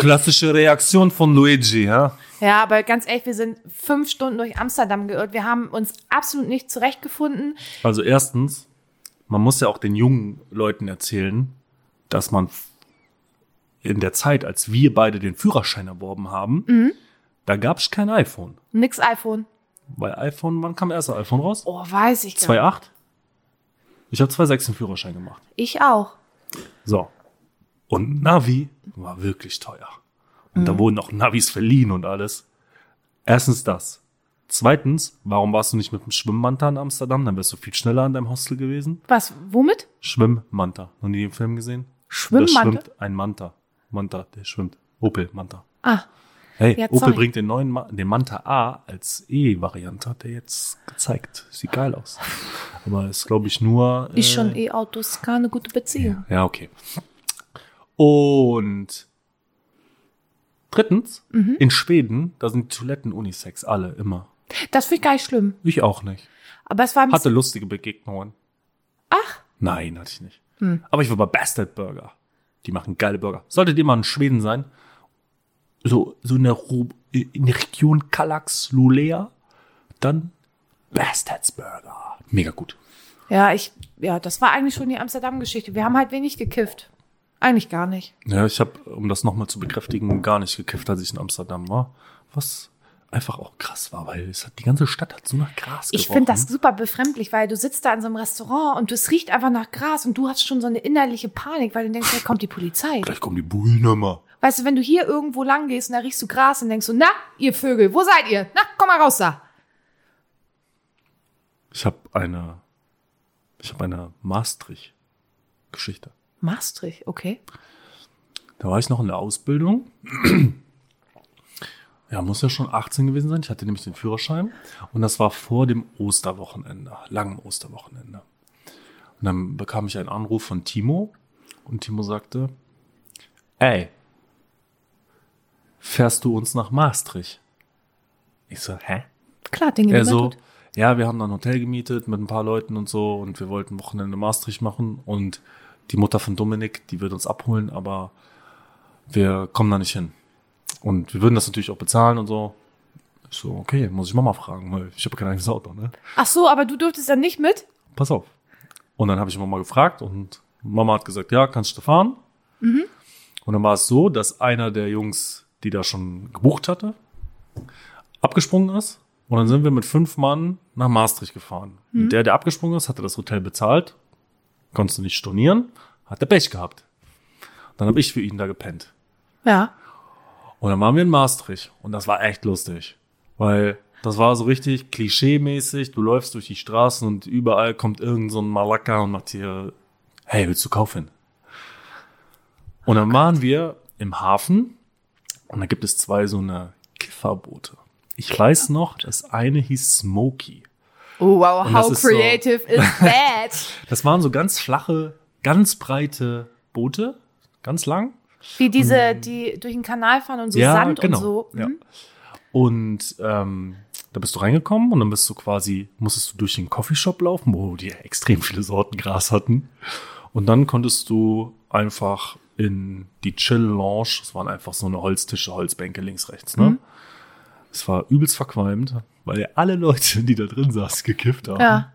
[SPEAKER 2] Klassische Reaktion von Luigi, ja?
[SPEAKER 3] Ja, aber ganz ehrlich, wir sind fünf Stunden durch Amsterdam geirrt. Wir haben uns absolut nicht zurechtgefunden.
[SPEAKER 2] Also erstens, man muss ja auch den jungen Leuten erzählen, dass man f- in der Zeit, als wir beide den Führerschein erworben haben, da gab es kein iPhone.
[SPEAKER 3] Nix iPhone.
[SPEAKER 2] Weil iPhone, wann kam erst iPhone raus?
[SPEAKER 3] Oh, weiß ich gar nicht.
[SPEAKER 2] 2.8? Ich habe 2.6 den Führerschein gemacht.
[SPEAKER 3] Ich auch.
[SPEAKER 2] So. Und Navi war wirklich teuer. Und
[SPEAKER 3] Mhm.
[SPEAKER 2] da wurden auch Navis verliehen und alles. Erstens das. Zweitens, warum warst du nicht mit dem Schwimmmanta in Amsterdam? Dann wärst du viel schneller an deinem Hostel gewesen.
[SPEAKER 3] Was? Womit?
[SPEAKER 2] Schwimmmanta. Noch nie den Film gesehen? Da
[SPEAKER 3] Schwimmmantel?
[SPEAKER 2] schwimmt ein Manta. Manta, der schwimmt. Opel Manta.
[SPEAKER 3] Ah,
[SPEAKER 2] Hey,
[SPEAKER 3] Ja,
[SPEAKER 2] Opel
[SPEAKER 3] sorry.
[SPEAKER 2] bringt den neuen Ma den Manta A als E-Variante, hat er jetzt gezeigt. Sieht geil aus. Aber ist, glaube ich, nur.
[SPEAKER 3] ist
[SPEAKER 2] äh,
[SPEAKER 3] schon E-Autos keine gute Beziehung.
[SPEAKER 2] ja, okay. Und drittens, in Schweden, da sind die Toiletten Unisex, alle, immer.
[SPEAKER 3] Das finde ich gar nicht schlimm.
[SPEAKER 2] Ich auch nicht.
[SPEAKER 3] Aber es war ein
[SPEAKER 2] Hatte lustige Begegnungen.
[SPEAKER 3] Ach.
[SPEAKER 2] Nein, hatte ich nicht. Aber ich war bei Bastard Burger. Die machen geile Burger. Solltet ihr mal in Schweden sein, so, so in, der, Ru- in der Region Kallax, Lulea, dann Bastards Burger. Mega gut.
[SPEAKER 3] Ja, ich, ja, das war eigentlich schon die Amsterdam-Geschichte. Wir haben halt wenig gekifft. Eigentlich gar nicht.
[SPEAKER 2] Ja, ich habe, um das nochmal zu bekräftigen, gar nicht gekifft, als ich in Amsterdam war. Was einfach auch krass war, weil es hat, die ganze Stadt hat so nach Gras
[SPEAKER 3] Ich
[SPEAKER 2] gerochen.
[SPEAKER 3] finde das super befremdlich, weil du sitzt da in so einem Restaurant und es riecht einfach nach Gras und du hast schon so eine innerliche Panik, weil du denkst, da kommt die Polizei.
[SPEAKER 2] Gleich kommen die Bullen immer.
[SPEAKER 3] Weißt du, wenn du hier irgendwo lang gehst und da riechst du Gras und denkst so, na, ihr Vögel, wo seid ihr? Na, komm mal raus da.
[SPEAKER 2] Ich habe eine, ich habe eine Maastricht-Geschichte.
[SPEAKER 3] Maastricht, okay.
[SPEAKER 2] Da war ich noch in der Ausbildung. Ja, muss ja schon 18 gewesen sein. Ich hatte nämlich den Führerschein. Und das war vor dem Osterwochenende, langem Osterwochenende. Und dann bekam ich einen Anruf von Timo. Und Timo sagte, ey, fährst du uns nach Maastricht? Ich so, hä?
[SPEAKER 3] Klar, Dinge,
[SPEAKER 2] Er
[SPEAKER 3] die man
[SPEAKER 2] so,
[SPEAKER 3] tut.
[SPEAKER 2] ja, wir haben dann ein Hotel gemietet mit ein paar Leuten und so und wir wollten Wochenende Maastricht machen und die Mutter von Dominik, die wird uns abholen, aber wir kommen da nicht hin. Und wir würden das natürlich auch bezahlen und so. Ich so, okay, muss ich Mama fragen, weil ich habe kein eigenes Auto, ne?
[SPEAKER 3] Ach so, aber du durftest dann nicht mit?
[SPEAKER 2] Pass auf. Und dann habe ich Mama gefragt und Mama hat gesagt, ja, kannst du fahren? Und dann war es so, dass einer der Jungs, die da schon gebucht hatte, abgesprungen ist. Und dann sind wir mit fünf Mann nach Maastricht gefahren. Und der, der abgesprungen ist, hatte das Hotel bezahlt, konntest du nicht stornieren, hat der Pech gehabt. Dann habe ich für ihn da gepennt.
[SPEAKER 3] Ja.
[SPEAKER 2] Und dann waren wir in Maastricht und das war echt lustig, weil das war so richtig klischee-mäßig. Du läufst durch die Straßen und überall kommt irgend so ein Malaka und macht dir, hey, willst du kaufen? Und dann waren wir im Hafen und da gibt es zwei so eine Kifferboote. Ich weiß noch, das eine hieß Smokey.
[SPEAKER 3] Oh, wow,
[SPEAKER 2] Und das
[SPEAKER 3] how
[SPEAKER 2] ist so-
[SPEAKER 3] creative is that?
[SPEAKER 2] Das waren so ganz flache, ganz breite Boote, ganz lang.
[SPEAKER 3] Wie diese, die durch den Kanal fahren und so
[SPEAKER 2] Ja,
[SPEAKER 3] Sand
[SPEAKER 2] genau,
[SPEAKER 3] und so.
[SPEAKER 2] ja.
[SPEAKER 3] Hm?
[SPEAKER 2] Und ähm, da bist du reingekommen und dann bist du quasi, musstest du durch den Coffeeshop laufen, wo die extrem viele Sorten Gras hatten. Und dann konntest du einfach in die Chill Lounge, das waren einfach so eine Holztische, Holzbänke links, rechts, ne? Es war übelst verqualmt, weil ja alle Leute, die da drin saßen, gekifft haben.
[SPEAKER 3] ja.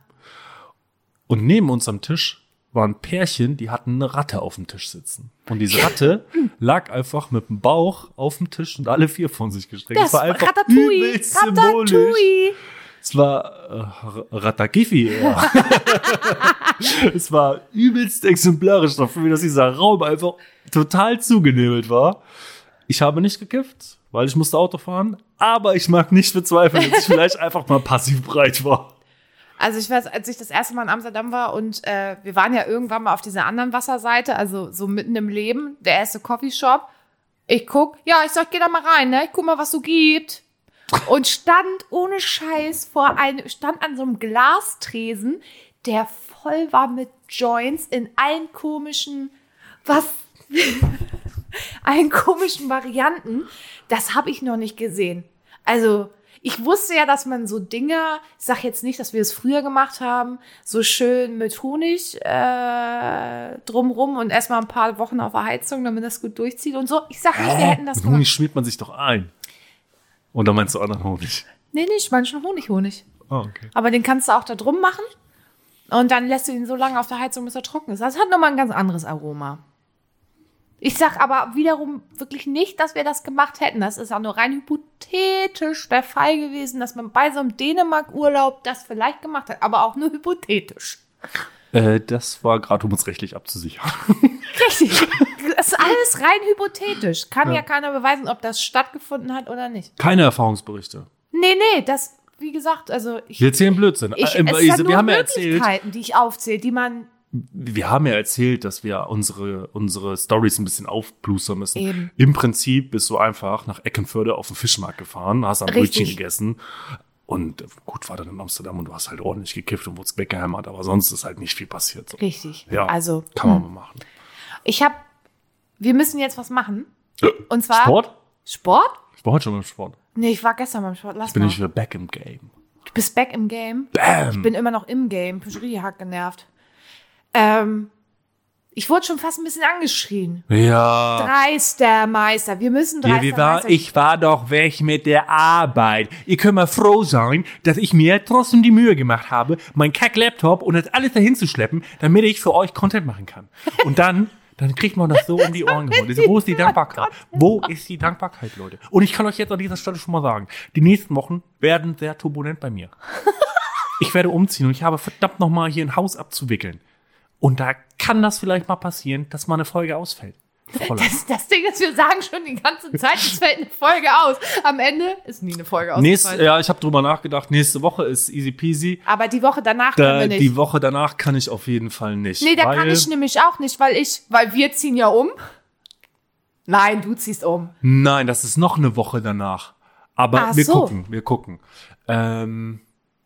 [SPEAKER 2] Und neben uns am Tisch waren Pärchen, die hatten eine Ratte auf dem Tisch sitzen. Und diese Ratte
[SPEAKER 3] Hm.
[SPEAKER 2] lag einfach mit dem Bauch auf dem Tisch und alle vier von sich gestreckt.
[SPEAKER 3] Das
[SPEAKER 2] es war einfach
[SPEAKER 3] Ratatouille,
[SPEAKER 2] übelst symbolisch.
[SPEAKER 3] Ratatouille.
[SPEAKER 2] Es war äh, Ratakifi, ja. es war übelst exemplarisch dafür, dass dieser Raum einfach total zugenebelt war. Ich habe nicht gekifft, weil ich musste Auto fahren, aber ich mag nicht bezweifeln, dass ich vielleicht einfach mal passiv breit war.
[SPEAKER 3] Also ich weiß, als ich das erste Mal in Amsterdam war und äh, wir waren ja irgendwann mal auf dieser anderen Wasserseite, also so mitten im Leben, der erste Coffeeshop. Ich guck, ja, ich sag, geh da mal rein, ne? Ich guck mal, was so gibt. Und stand ohne Scheiß vor einem, stand an so einem Glastresen, der voll war mit Joints in allen komischen, was, allen komischen Varianten. Das habe ich noch nicht gesehen. Also, ich wusste ja, dass man so Dinger, ich sag jetzt nicht, dass wir es früher gemacht haben, so schön mit Honig äh, drumrum und erstmal ein paar Wochen auf der Heizung, damit das gut durchzieht und so. Ich sag nicht, wir hätten das
[SPEAKER 2] Äh, Mit Honig
[SPEAKER 3] gemacht.
[SPEAKER 2] schmiert man sich doch ein. Und dann meinst du anderen Honig.
[SPEAKER 3] Nee, nicht, manchen Honig, Honig.
[SPEAKER 2] Ah, okay.
[SPEAKER 3] Aber den kannst du auch da drum machen. Und dann lässt du ihn so lange auf der Heizung, bis er trocken ist. Das hat nochmal ein ganz anderes Aroma. Ich sag aber wiederum wirklich nicht, dass wir das gemacht hätten. Das ist auch nur rein hypothetisch der Fall gewesen, dass man bei so einem Dänemark-Urlaub das vielleicht gemacht hat. Aber auch nur hypothetisch.
[SPEAKER 2] Äh, das war gerade, um uns rechtlich abzusichern.
[SPEAKER 3] Richtig. Das ist alles rein hypothetisch. Kann ja.
[SPEAKER 2] Ja.
[SPEAKER 3] keiner beweisen, ob das stattgefunden hat oder nicht.
[SPEAKER 2] Keine Erfahrungsberichte.
[SPEAKER 3] Nee, nee, das, wie gesagt, also ich.
[SPEAKER 2] Wir erzählen Blödsinn.
[SPEAKER 3] ich
[SPEAKER 2] Äh, äh,
[SPEAKER 3] es sind
[SPEAKER 2] wir
[SPEAKER 3] nur
[SPEAKER 2] haben ja erzählt,
[SPEAKER 3] Möglichkeiten, die ich aufzähle, die man
[SPEAKER 2] wir haben ja erzählt, dass wir unsere, unsere Stories ein bisschen aufblustern müssen.
[SPEAKER 3] Eben.
[SPEAKER 2] Im Prinzip bist du einfach nach Eckenförde auf den Fischmarkt gefahren, hast am
[SPEAKER 3] Richtig.
[SPEAKER 2] Brötchen gegessen und äh, gut war dann in Amsterdam und du hast halt ordentlich gekifft und wurdest weggehämmert, aber sonst ist halt nicht viel passiert. So.
[SPEAKER 3] Richtig.
[SPEAKER 2] Ja,
[SPEAKER 3] Also,
[SPEAKER 2] kann man mal machen.
[SPEAKER 3] ich habe, wir müssen jetzt was machen. Und zwar.
[SPEAKER 2] Sport?
[SPEAKER 3] Sport?
[SPEAKER 2] Ich war heute schon beim Sport.
[SPEAKER 3] Nee, ich war gestern beim Sport. Lass
[SPEAKER 2] Bin
[SPEAKER 3] mal.
[SPEAKER 2] ich wieder back im Game.
[SPEAKER 3] Du bist back im Game. Ich
[SPEAKER 2] Bam!
[SPEAKER 3] bin immer noch im Game. Bin schon richtig hart genervt. Ähm, ich wurde schon fast ein bisschen angeschrien.
[SPEAKER 2] Ja.
[SPEAKER 3] Dreister Meister. Wir müssen
[SPEAKER 2] Ja,
[SPEAKER 3] dreister
[SPEAKER 2] wir war,
[SPEAKER 3] Meister.
[SPEAKER 2] ich war doch weg mit der Arbeit. Ihr könnt mal froh sein, dass ich mir trotzdem die Mühe gemacht habe, meinen Kack-Laptop und das alles dahin zu schleppen, damit ich für euch Content machen kann. Und dann, dann kriegt man das so um die Ohren gehauen. Wo ist die Dankbarkeit? Wo ist die Dankbarkeit, Leute? Und ich kann euch jetzt an dieser Stelle schon mal sagen, die nächsten Wochen werden sehr turbulent bei mir. Ich werde umziehen und ich habe verdammt nochmal hier ein Haus abzuwickeln. Und da kann das vielleicht mal passieren, dass mal eine Folge ausfällt. Fräulein.
[SPEAKER 3] das, das Ding ist, wir sagen schon die ganze Zeit, es fällt eine Folge aus. Am Ende ist nie eine Folge
[SPEAKER 2] Nächst,
[SPEAKER 3] ausgefallen.
[SPEAKER 2] ja, ich habe drüber nachgedacht. Nächste Woche ist easy peasy.
[SPEAKER 3] Aber die Woche danach können
[SPEAKER 2] Da,
[SPEAKER 3] wir nicht.
[SPEAKER 2] Äh, die Woche danach kann ich auf jeden Fall nicht.
[SPEAKER 3] Nee, da
[SPEAKER 2] weil
[SPEAKER 3] kann ich nämlich auch nicht, weil ich, weil wir ziehen ja um. Nein, du ziehst um.
[SPEAKER 2] Nein, das ist noch eine Woche danach. Aber
[SPEAKER 3] Ach
[SPEAKER 2] wir
[SPEAKER 3] so.
[SPEAKER 2] gucken, wir gucken. Ähm,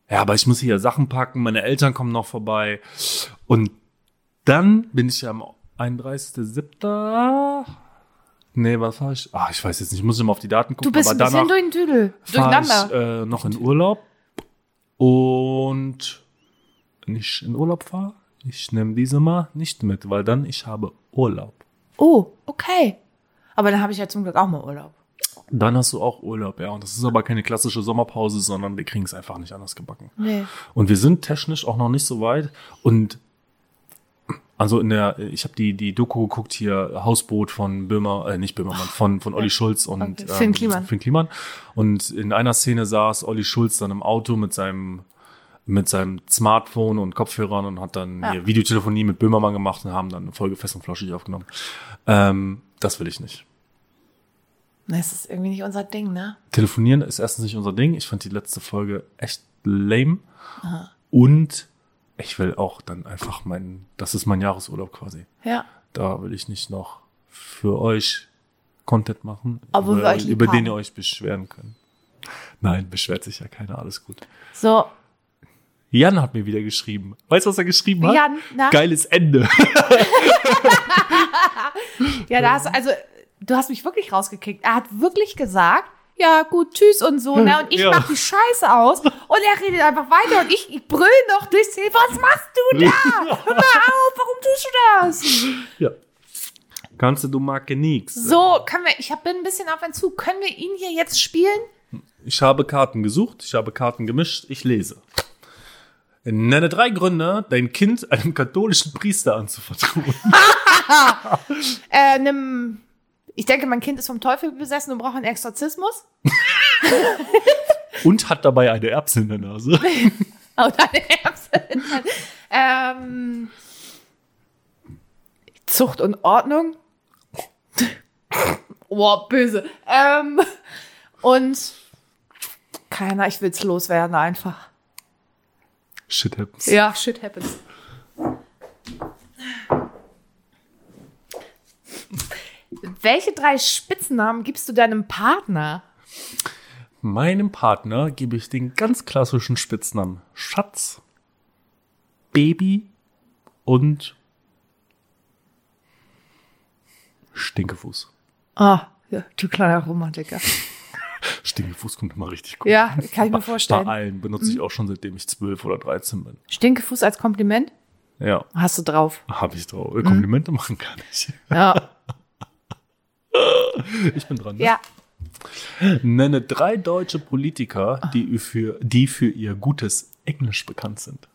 [SPEAKER 2] ja, aber ich muss hier Sachen packen. Meine Eltern kommen noch vorbei. Und dann bin ich am 31.07. Nee, was war ich? Ah, ich weiß jetzt nicht. Ich muss immer auf die Daten gucken.
[SPEAKER 3] Du bist
[SPEAKER 2] aber
[SPEAKER 3] ein bisschen
[SPEAKER 2] danach
[SPEAKER 3] durch den Tüdel.
[SPEAKER 2] fahr
[SPEAKER 3] Durcheinander.
[SPEAKER 2] ich äh, noch in Urlaub und nicht in Urlaub fahre. Ich nehme diese mal nicht mit, weil dann ich habe Urlaub.
[SPEAKER 3] Oh, okay. Aber dann habe ich ja zum Glück auch mal Urlaub.
[SPEAKER 2] Dann hast du auch Urlaub, ja. Und das ist aber keine klassische Sommerpause, sondern wir kriegen es einfach nicht anders gebacken.
[SPEAKER 3] Nee.
[SPEAKER 2] Und wir sind technisch auch noch nicht so weit. Und also in der, ich habe die, die Doku geguckt hier, Hausboot von Böhmer, äh, nicht Böhmermann, von, von Olli Schulz und ähm,
[SPEAKER 3] Okay, Finn Kliman.
[SPEAKER 2] Finn Kliman. Und in einer Szene saß Olli Schulz dann im Auto mit seinem mit seinem Smartphone und Kopfhörern und hat dann
[SPEAKER 3] Ja.
[SPEAKER 2] hier Videotelefonie mit Böhmermann gemacht und haben dann eine Folge fest und flauschig aufgenommen. Ähm, das will ich nicht.
[SPEAKER 3] Das ist irgendwie nicht unser Ding, ne?
[SPEAKER 2] Telefonieren ist erstens nicht unser Ding. Ich fand die letzte Folge echt lame. Und ich will auch dann einfach meinen, das ist mein Jahresurlaub quasi.
[SPEAKER 3] Ja.
[SPEAKER 2] Da will ich nicht noch für euch Content machen,
[SPEAKER 3] Obwohl wir
[SPEAKER 2] über,
[SPEAKER 3] euch lieb
[SPEAKER 2] über den
[SPEAKER 3] haben.
[SPEAKER 2] ihr euch beschweren könnt. Nein, beschwert sich ja keiner, alles gut.
[SPEAKER 3] So,
[SPEAKER 2] Jan hat mir wieder geschrieben. Weißt du, was er geschrieben hat?
[SPEAKER 3] Jan, na?
[SPEAKER 2] Geiles Ende.
[SPEAKER 3] ja, da hast du, also, du hast mich wirklich rausgekickt. Er hat wirklich gesagt, ja, gut, tschüss und so, ne? Und ich
[SPEAKER 2] Ja.
[SPEAKER 3] mach die Scheiße aus. Und er redet einfach weiter und ich, ich brüll noch durchs Telefon. Was machst du da? Hör mal auf, warum tust du das?
[SPEAKER 2] ja. Kannst du, du mag nix.
[SPEAKER 3] So, können wir, ich hab, bin ein bisschen auf Entzug. Können wir ihn hier jetzt spielen?
[SPEAKER 2] Ich habe Karten gesucht, ich habe Karten gemischt, ich lese. Nenne drei Gründe, dein Kind einem katholischen Priester anzuvertrauen.
[SPEAKER 3] Äh, nimm, ich denke, mein Kind ist vom Teufel besessen und braucht einen Exorzismus.
[SPEAKER 2] Und hat dabei eine Erbse in der Nase.
[SPEAKER 3] Oh, deine Erbsen. ähm, Zucht und Ordnung. Boah, böse. Ähm, und keiner, ich will's loswerden einfach.
[SPEAKER 2] Shit happens.
[SPEAKER 3] Ja, shit happens. Welche drei Spitznamen gibst du deinem Partner?
[SPEAKER 2] Meinem Partner gebe ich den ganz klassischen Spitznamen Schatz, Baby und Stinkefuß.
[SPEAKER 3] Ah, ja, du kleiner Romantiker.
[SPEAKER 2] Stinkefuß kommt immer richtig gut.
[SPEAKER 3] Ja, kann ich mir
[SPEAKER 2] Bei
[SPEAKER 3] vorstellen.
[SPEAKER 2] allen benutze ich auch schon, seitdem ich zwölf oder dreizehn bin.
[SPEAKER 3] Stinkefuß als Kompliment
[SPEAKER 2] Ja,
[SPEAKER 3] hast du drauf.
[SPEAKER 2] habe ich drauf. Komplimente machen kann ich.
[SPEAKER 3] Ja.
[SPEAKER 2] Ich bin dran. ne?
[SPEAKER 3] ja.
[SPEAKER 2] Nenne drei deutsche Politiker, die für, die für ihr gutes Englisch bekannt sind.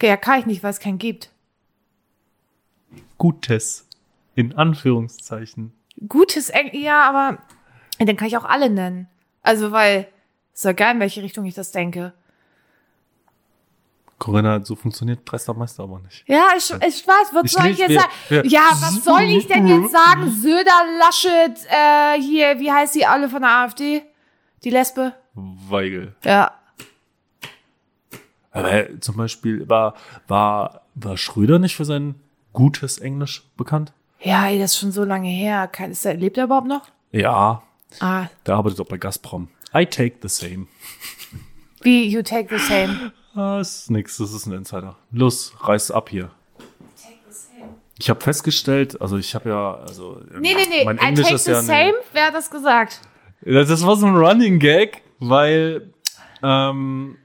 [SPEAKER 3] Ja, kann ich nicht, weil es keinen gibt.
[SPEAKER 2] Gutes. In Anführungszeichen.
[SPEAKER 3] Gutes Englisch, ja, aber dann kann ich auch alle nennen. Also, weil, ist ja egal, in welche Richtung ich das denke.
[SPEAKER 2] Corinna, so funktioniert Dreistermeister aber nicht.
[SPEAKER 3] Ja, ich, ich weiß, was
[SPEAKER 2] Ich
[SPEAKER 3] soll ich
[SPEAKER 2] nicht,
[SPEAKER 3] jetzt
[SPEAKER 2] wir-
[SPEAKER 3] sagen?
[SPEAKER 2] wir-
[SPEAKER 3] Ja, was soll ich denn jetzt sagen? Söder, Laschet, äh, hier, wie heißt die alle von der AfD? Die Lesbe?
[SPEAKER 2] Weigel.
[SPEAKER 3] Ja.
[SPEAKER 2] Aber zum Beispiel war, war, war Schröder nicht für sein gutes Englisch bekannt?
[SPEAKER 3] Ja, ey, das ist schon so lange her. Kann, ist der, lebt er überhaupt noch?
[SPEAKER 2] Ja,
[SPEAKER 3] Ah,
[SPEAKER 2] der arbeitet auch bei Gazprom. I take the same.
[SPEAKER 3] wie You Take the Same.
[SPEAKER 2] Ah, ist nix, das ist ein Insider. Los, reiß ab hier. Ich habe festgestellt, also ich habe ja, also
[SPEAKER 3] Nee, nee, nee,
[SPEAKER 2] mein
[SPEAKER 3] I
[SPEAKER 2] Englisch
[SPEAKER 3] Take
[SPEAKER 2] ist
[SPEAKER 3] the
[SPEAKER 2] ja eine-
[SPEAKER 3] Same, wer hat das gesagt?
[SPEAKER 2] Das, das war so ein Running Gag, weil ähm,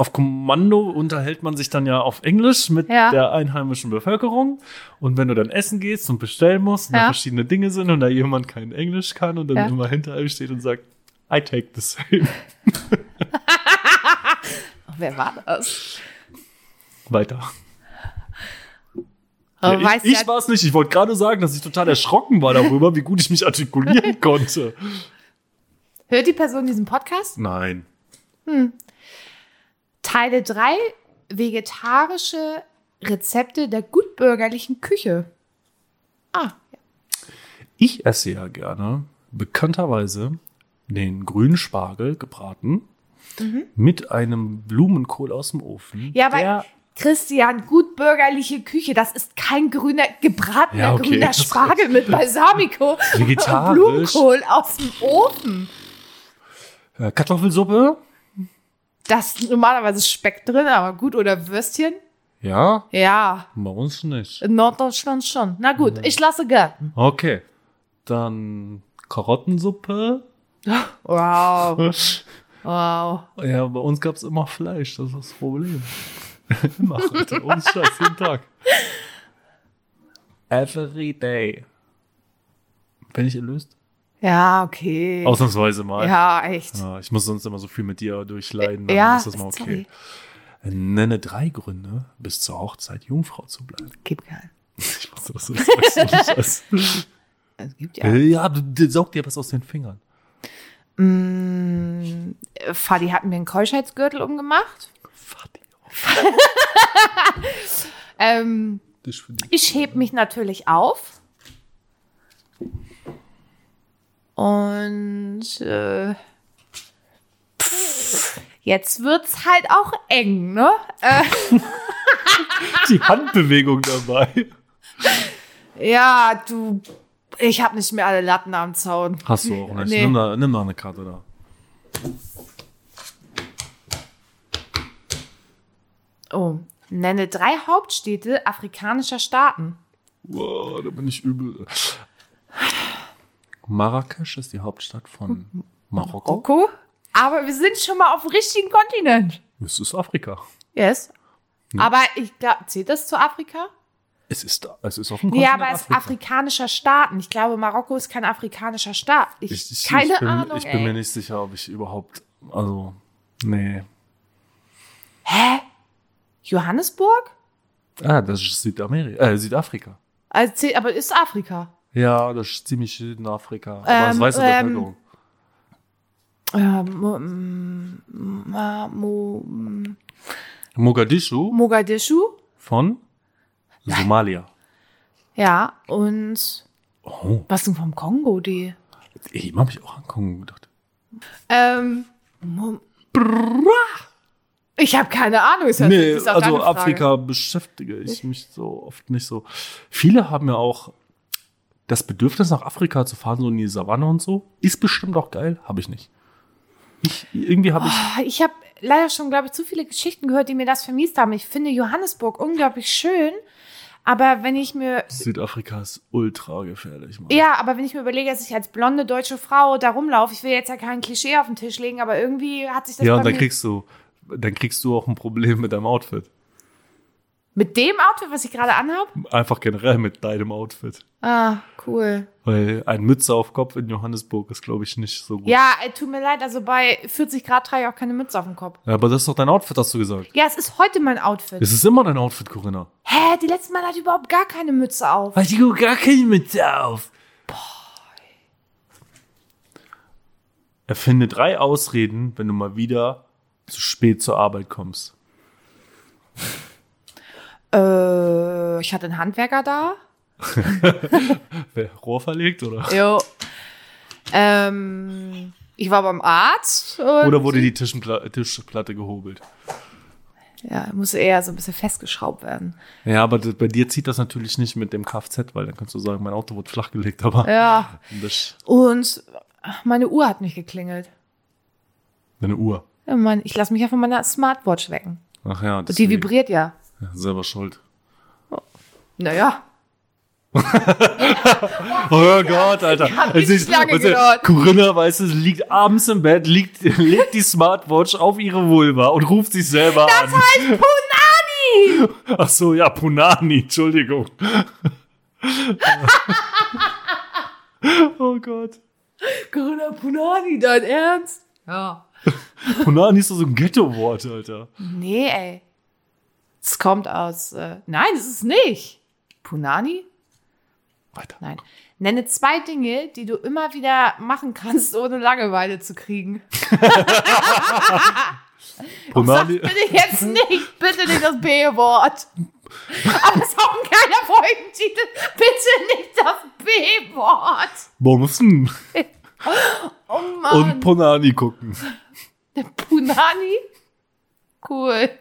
[SPEAKER 2] auf Kommando unterhält man sich dann ja auf Englisch mit
[SPEAKER 3] Ja.
[SPEAKER 2] der einheimischen Bevölkerung. Und wenn du dann essen gehst und bestellen musst und da
[SPEAKER 3] Ja.
[SPEAKER 2] verschiedene Dinge sind und da jemand kein Englisch kann und dann
[SPEAKER 3] Ja.
[SPEAKER 2] immer hinter einem steht und sagt, I take the same,
[SPEAKER 3] Ach, wer war das?
[SPEAKER 2] weiter.
[SPEAKER 3] Oh,
[SPEAKER 2] Ja, ich ich war es nicht. Ich wollte gerade sagen, dass ich total erschrocken war darüber, wie gut ich mich artikulieren konnte.
[SPEAKER 3] Hört die Person diesen Podcast?
[SPEAKER 2] Nein.
[SPEAKER 3] Teile 3 vegetarische Rezepte der gutbürgerlichen Küche. Ah,
[SPEAKER 2] Ich esse ja gerne bekannterweise den grünen Spargel gebraten mit einem Blumenkohl aus dem Ofen.
[SPEAKER 3] Mhm. ja, aber
[SPEAKER 2] der,
[SPEAKER 3] Christian, gutbürgerliche Küche, das ist kein grüner, gebratener
[SPEAKER 2] Ja, okay,
[SPEAKER 3] grüner
[SPEAKER 2] das-
[SPEAKER 3] Spargel mit Balsamico und
[SPEAKER 2] Vegetarisch.
[SPEAKER 3] Blumenkohl aus dem Ofen.
[SPEAKER 2] äh, Kartoffelsuppe,
[SPEAKER 3] Das ist normalerweise Speck drin, aber gut, oder Würstchen?
[SPEAKER 2] ja,
[SPEAKER 3] Ja,
[SPEAKER 2] bei uns nicht.
[SPEAKER 3] in Norddeutschland schon. Na
[SPEAKER 2] Mhm.
[SPEAKER 3] gut, ich lasse gelten.
[SPEAKER 2] Okay, dann Karottensuppe.
[SPEAKER 3] Wow. Wow.
[SPEAKER 2] Ja, bei uns gab es immer Fleisch, das ist das Problem. immer, Alter. Ohne Scheiß, jeden Tag. Every day. Bin ich erlöst?
[SPEAKER 3] Ja, okay.
[SPEAKER 2] Ausnahmsweise mal.
[SPEAKER 3] ja, echt.
[SPEAKER 2] Ja, ich muss sonst immer so viel mit dir durchleiden, dann
[SPEAKER 3] Ja,
[SPEAKER 2] ist das mal okay.
[SPEAKER 3] sorry.
[SPEAKER 2] Nenne drei Gründe, bis zur Hochzeit Jungfrau zu bleiben.
[SPEAKER 3] Gibt keinen.
[SPEAKER 2] Ich wusste, dass du das sagst. ohne Scheiß.
[SPEAKER 3] Es gibt ja.
[SPEAKER 2] Äh, ja, du- du- saug dir was aus den Fingern.
[SPEAKER 3] Mm, Fadi hat mir einen Keuschheitsgürtel umgemacht.
[SPEAKER 2] Fadi,
[SPEAKER 3] Ähm,
[SPEAKER 2] das ist für dich.
[SPEAKER 3] ich heb mich natürlich auf. Und äh, pff, jetzt wird's halt auch eng, ne? Äh,
[SPEAKER 2] Die Handbewegung dabei.
[SPEAKER 3] ja, du, ich habe nicht mehr alle Latten am Zaun.
[SPEAKER 2] Hast du auch nicht.
[SPEAKER 3] Nee.
[SPEAKER 2] Nimm, da, nimm da eine Karte da.
[SPEAKER 3] Oh, nenne drei Hauptstädte afrikanischer Staaten.
[SPEAKER 2] Wow, da bin ich übel. Marrakesch ist die Hauptstadt von Marokko.
[SPEAKER 3] Rocco? Aber wir sind schon mal auf dem richtigen Kontinent.
[SPEAKER 2] Es ist Afrika.
[SPEAKER 3] Yes. Aber ich glaube, zählt das zu Afrika?
[SPEAKER 2] Es ist, es ist auf dem
[SPEAKER 3] Nee,
[SPEAKER 2] Kontinent
[SPEAKER 3] aber es ist afrikanischer Staaten. Ich glaube, Marokko ist kein afrikanischer Staat. Ich,
[SPEAKER 2] Ich, ich,
[SPEAKER 3] keine
[SPEAKER 2] ich bin,
[SPEAKER 3] Ahnung.
[SPEAKER 2] Ich bin
[SPEAKER 3] ey.
[SPEAKER 2] mir nicht sicher, ob ich überhaupt. Also, nee.
[SPEAKER 3] Hä? Johannesburg?
[SPEAKER 2] Ah, das ist Südamerika, äh, Südafrika.
[SPEAKER 3] Also zählt, aber ist Afrika.
[SPEAKER 2] Ja, das ist ziemlich Südafrika. Aber
[SPEAKER 3] Ähm,
[SPEAKER 2] das weiß die
[SPEAKER 3] ähm,
[SPEAKER 2] Bevölkerung.
[SPEAKER 3] Ähm, Mo- m- ma- Mo- m-
[SPEAKER 2] Mogadischu
[SPEAKER 3] Mogadischu?
[SPEAKER 2] von Somalia.
[SPEAKER 3] Ja, und
[SPEAKER 2] Oh,
[SPEAKER 3] was denn vom Kongo, die?
[SPEAKER 2] eben habe ich auch an Kongo gedacht.
[SPEAKER 3] Ähm, Mo- ich habe keine Ahnung. Ist ja-
[SPEAKER 2] nee,
[SPEAKER 3] ist auch
[SPEAKER 2] also
[SPEAKER 3] deine Frage.
[SPEAKER 2] Afrika beschäftige ich mich so oft nicht so. Viele haben ja auch das Bedürfnis, nach Afrika zu fahren, so in die Savanne und so. Ist bestimmt auch geil, habe ich nicht. Ich, irgendwie habe ich
[SPEAKER 3] Boah, Ich habe leider schon, glaube ich, zu viele Geschichten gehört, die mir das vermiest haben. Ich finde Johannesburg unglaublich schön, aber wenn ich mir
[SPEAKER 2] Südafrika ist ultra gefährlich, Mann.
[SPEAKER 3] ja, aber wenn ich mir überlege, dass ich als blonde deutsche Frau da rumlaufe, ich will jetzt ja kein Klischee auf den Tisch legen, aber irgendwie hat sich das
[SPEAKER 2] ja,
[SPEAKER 3] bei
[SPEAKER 2] und dann
[SPEAKER 3] mir-
[SPEAKER 2] kriegst du, dann kriegst du auch ein Problem mit deinem Outfit.
[SPEAKER 3] mit dem Outfit, was ich gerade anhab.
[SPEAKER 2] Einfach generell mit deinem Outfit.
[SPEAKER 3] Ah, cool.
[SPEAKER 2] Weil ein Mütze auf Kopf in Johannesburg ist, glaube ich, nicht so gut.
[SPEAKER 3] Ja, äh, tut mir leid, also bei 40 Grad trage ich auch keine Mütze auf dem Kopf.
[SPEAKER 2] Aber das ist doch dein Outfit, hast du gesagt.
[SPEAKER 3] Ja, es ist heute mein Outfit.
[SPEAKER 2] Es ist immer dein Outfit, Corinna.
[SPEAKER 3] Hä, die letzten Mal hatte ich überhaupt gar keine Mütze auf.
[SPEAKER 2] Weil die gar keine Mütze auf. Erfinde drei Ausreden, wenn du mal wieder zu spät zur Arbeit kommst.
[SPEAKER 3] Äh, ich hatte einen Handwerker da.
[SPEAKER 2] Wer Rohr verlegt, oder?
[SPEAKER 3] Jo. Ähm, ich war beim Arzt. Und
[SPEAKER 2] Oder wurde die Tischenpla Tischplatte gehobelt?
[SPEAKER 3] Ja, muss eher so ein bisschen festgeschraubt werden.
[SPEAKER 2] Ja, aber das, bei dir zieht das natürlich nicht mit dem Kfz, weil dann kannst du sagen, mein Auto wurde flachgelegt, aber
[SPEAKER 3] Ja.
[SPEAKER 2] das,
[SPEAKER 3] Und meine Uhr hat nicht geklingelt.
[SPEAKER 2] deine Uhr.
[SPEAKER 3] Ja, Mann, ich lasse mich ja von meiner Smartwatch wecken.
[SPEAKER 2] Ach ja,
[SPEAKER 3] Und die
[SPEAKER 2] deswegen.
[SPEAKER 3] vibriert ja.
[SPEAKER 2] Ja, Selber schuld.
[SPEAKER 3] Naja.
[SPEAKER 2] Oh Gott, Alter.
[SPEAKER 3] hat richtig lange gedauert.
[SPEAKER 2] Corinna, weißt du, sie liegt abends im Bett, liegt, legt die Smartwatch auf ihre Vulva und ruft sich selber an.
[SPEAKER 3] Punani!
[SPEAKER 2] Ach so, ja, Punani, Entschuldigung. oh Gott.
[SPEAKER 3] Corinna Punani, dein Ernst? Ja.
[SPEAKER 2] Punani ist doch so ein Ghetto-Wort, Alter.
[SPEAKER 3] Nee, ey. Es kommt aus. Äh, nein, es ist nicht. Punani?
[SPEAKER 2] Weiter.
[SPEAKER 3] Nein. Nenne zwei Dinge, die du immer wieder machen kannst, ohne Langeweile zu kriegen. Oh, Sag
[SPEAKER 2] Punani.
[SPEAKER 3] bitte jetzt nicht, bitte nicht das B-Wort. Aber es ist auch ein geiler Folgentitel. Bitte nicht das B-Wort.
[SPEAKER 2] Bumsen.
[SPEAKER 3] Oh Mann.
[SPEAKER 2] Und Punani gucken.
[SPEAKER 3] Der Punani? Cool.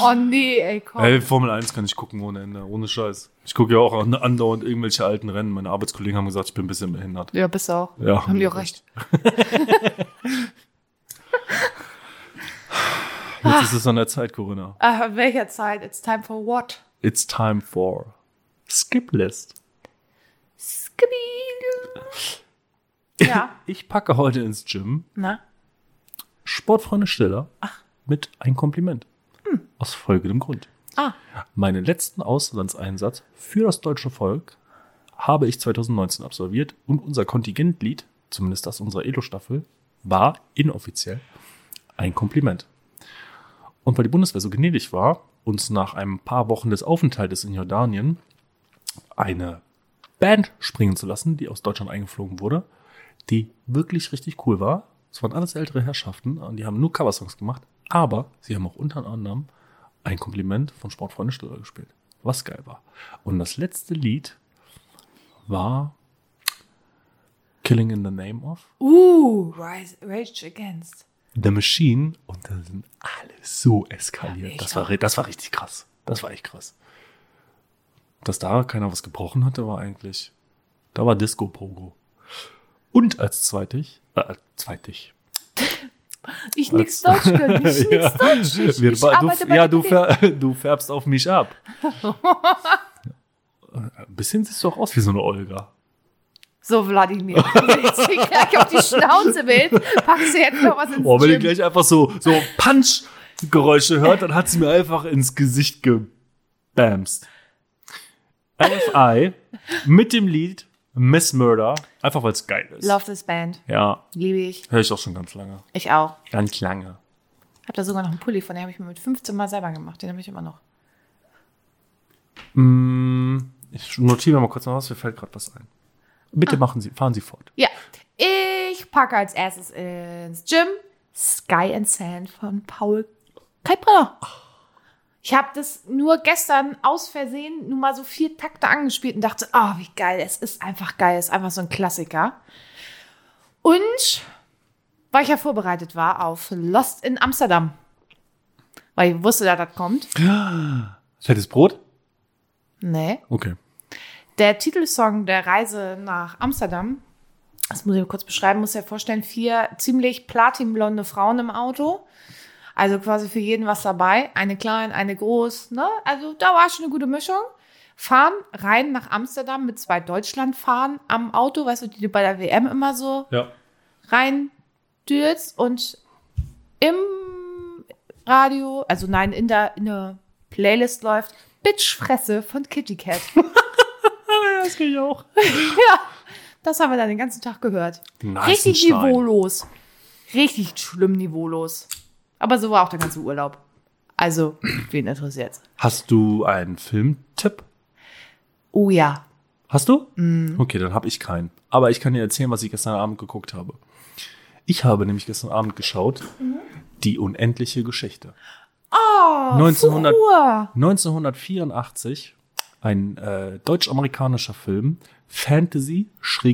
[SPEAKER 3] Oh nee, ey, komm.
[SPEAKER 2] Ey, Formel 1 kann ich gucken ohne Ende, ohne Scheiß. Ich gucke ja auch an- andauernd irgendwelche alten Rennen. Meine Arbeitskollegen haben gesagt, ich bin ein bisschen behindert.
[SPEAKER 3] Ja, bist du auch.
[SPEAKER 2] Ja.
[SPEAKER 3] Haben die auch recht.
[SPEAKER 2] Jetzt ist es an der Zeit, Corinna.
[SPEAKER 3] Ah, in welcher Zeit? It's time for what?
[SPEAKER 2] It's time for Skip List.
[SPEAKER 3] Skibi. Ja.
[SPEAKER 2] Ich packe heute ins Gym
[SPEAKER 3] Na?
[SPEAKER 2] Sportfreunde Stiller mit ein Kompliment. Aus folgendem Grund.
[SPEAKER 3] Ah,
[SPEAKER 2] Meinen letzten Auslandseinsatz für das deutsche Volk habe ich 2019 absolviert und unser Kontingentlied, zumindest das unserer Elo-Staffel, war inoffiziell ein Kompliment. Und weil die Bundeswehr so gnädig war, uns nach ein paar Wochen des Aufenthaltes in Jordanien eine Band springen zu lassen, die aus Deutschland eingeflogen wurde, die wirklich richtig cool war. Es waren alles ältere Herrschaften und die haben nur Coversongs gemacht, aber sie haben auch unter anderem ein Kompliment von Sportfreunde Stiller gespielt, was geil war. Und das letzte Lied war Killing in the Name of
[SPEAKER 3] uh, Rise, Rage Against.
[SPEAKER 2] The Machine und da sind alle so eskaliert.
[SPEAKER 3] Ja,
[SPEAKER 2] das,
[SPEAKER 3] echt.
[SPEAKER 2] war, ri- das war richtig krass. Das war echt krass. Dass da keiner was gebrochen hatte, war eigentlich. Da war Disco Pogo. Und als zweitig, äh, zweitig.
[SPEAKER 3] Ich nix Deutsch können, ich nix Deutsch. Ich,
[SPEAKER 2] Wir,
[SPEAKER 3] ich
[SPEAKER 2] ba- du,
[SPEAKER 3] arbeite bei
[SPEAKER 2] ja,
[SPEAKER 3] der
[SPEAKER 2] du,
[SPEAKER 3] Klinik.
[SPEAKER 2] fär, du färbst auf mich ab. Ein bisschen siehst du auch aus wie so eine Olga.
[SPEAKER 3] So, Wladimir, wenn du jetzt hier gleich auf die Schnauze willst, packst du jetzt noch was ins
[SPEAKER 2] Oh, wenn ihr
[SPEAKER 3] Gym.
[SPEAKER 2] gleich einfach so, so Punch-Geräusche hört, dann hat sie mir einfach ins Gesicht gebamst. LFI mit dem Lied Miss Murder, einfach weil es geil ist.
[SPEAKER 3] Love this band.
[SPEAKER 2] Ja,
[SPEAKER 3] Liebe ich.
[SPEAKER 2] höre ich auch schon ganz lange.
[SPEAKER 3] Ich auch.
[SPEAKER 2] Ganz lange.
[SPEAKER 3] Hab da sogar noch einen Pulli von, den habe ich mir mit 15 Mal selber gemacht. Den habe ich immer noch.
[SPEAKER 2] Mm, ich notiere mal kurz noch was, mir fällt gerade was ein.
[SPEAKER 3] Ah.
[SPEAKER 2] Bitte machen Sie, fahren Sie fort.
[SPEAKER 3] Ja, ich packe als erstes ins Gym Sky and Sand von Paul Kalkbrenner. Ich habe das nur gestern aus Versehen nur mal so vier Takte angespielt und dachte, oh, wie geil, es ist einfach geil, es ist einfach so ein Klassiker. Und weil ich ja vorbereitet war auf Lost in Amsterdam, weil ich wusste, dass das kommt.
[SPEAKER 2] Fettes Brot?
[SPEAKER 3] Nee.
[SPEAKER 2] Okay.
[SPEAKER 3] Der Titelsong der Reise nach Amsterdam, das muss ich mal kurz beschreiben, muss ja vorstellen, vier ziemlich platinblonde Frauen im Auto. Also quasi für jeden was dabei. Eine klein, eine groß, ne? Also da war schon eine gute Mischung. Fahren rein nach Amsterdam mit zwei Deutschlandfahren am Auto, weißt du, die du bei der WM immer so
[SPEAKER 2] Ja.
[SPEAKER 3] rein dürzt und im Radio, also nein, in der, in der Playlist läuft Bitchfresse von Kitty Cat.
[SPEAKER 2] Das kriege ich auch.
[SPEAKER 3] Das haben wir dann den ganzen Tag gehört.
[SPEAKER 2] Nice
[SPEAKER 3] Richtig
[SPEAKER 2] Stein.
[SPEAKER 3] niveaulos. Richtig schlimm niveaulos. Aber so war auch der ganze Urlaub. Also, wen interessiert's?
[SPEAKER 2] Hast du einen Filmtipp?
[SPEAKER 3] Oh ja.
[SPEAKER 2] Hast du?
[SPEAKER 3] Mm.
[SPEAKER 2] Okay, dann habe ich keinen. Aber ich kann dir erzählen, was ich gestern Abend geguckt habe. Ich habe nämlich gestern Abend geschaut,
[SPEAKER 3] Mhm.
[SPEAKER 2] die unendliche Geschichte.
[SPEAKER 3] Oh,
[SPEAKER 2] 1900
[SPEAKER 3] Fuhr.
[SPEAKER 2] 1984, ein äh, deutsch-amerikanischer Film,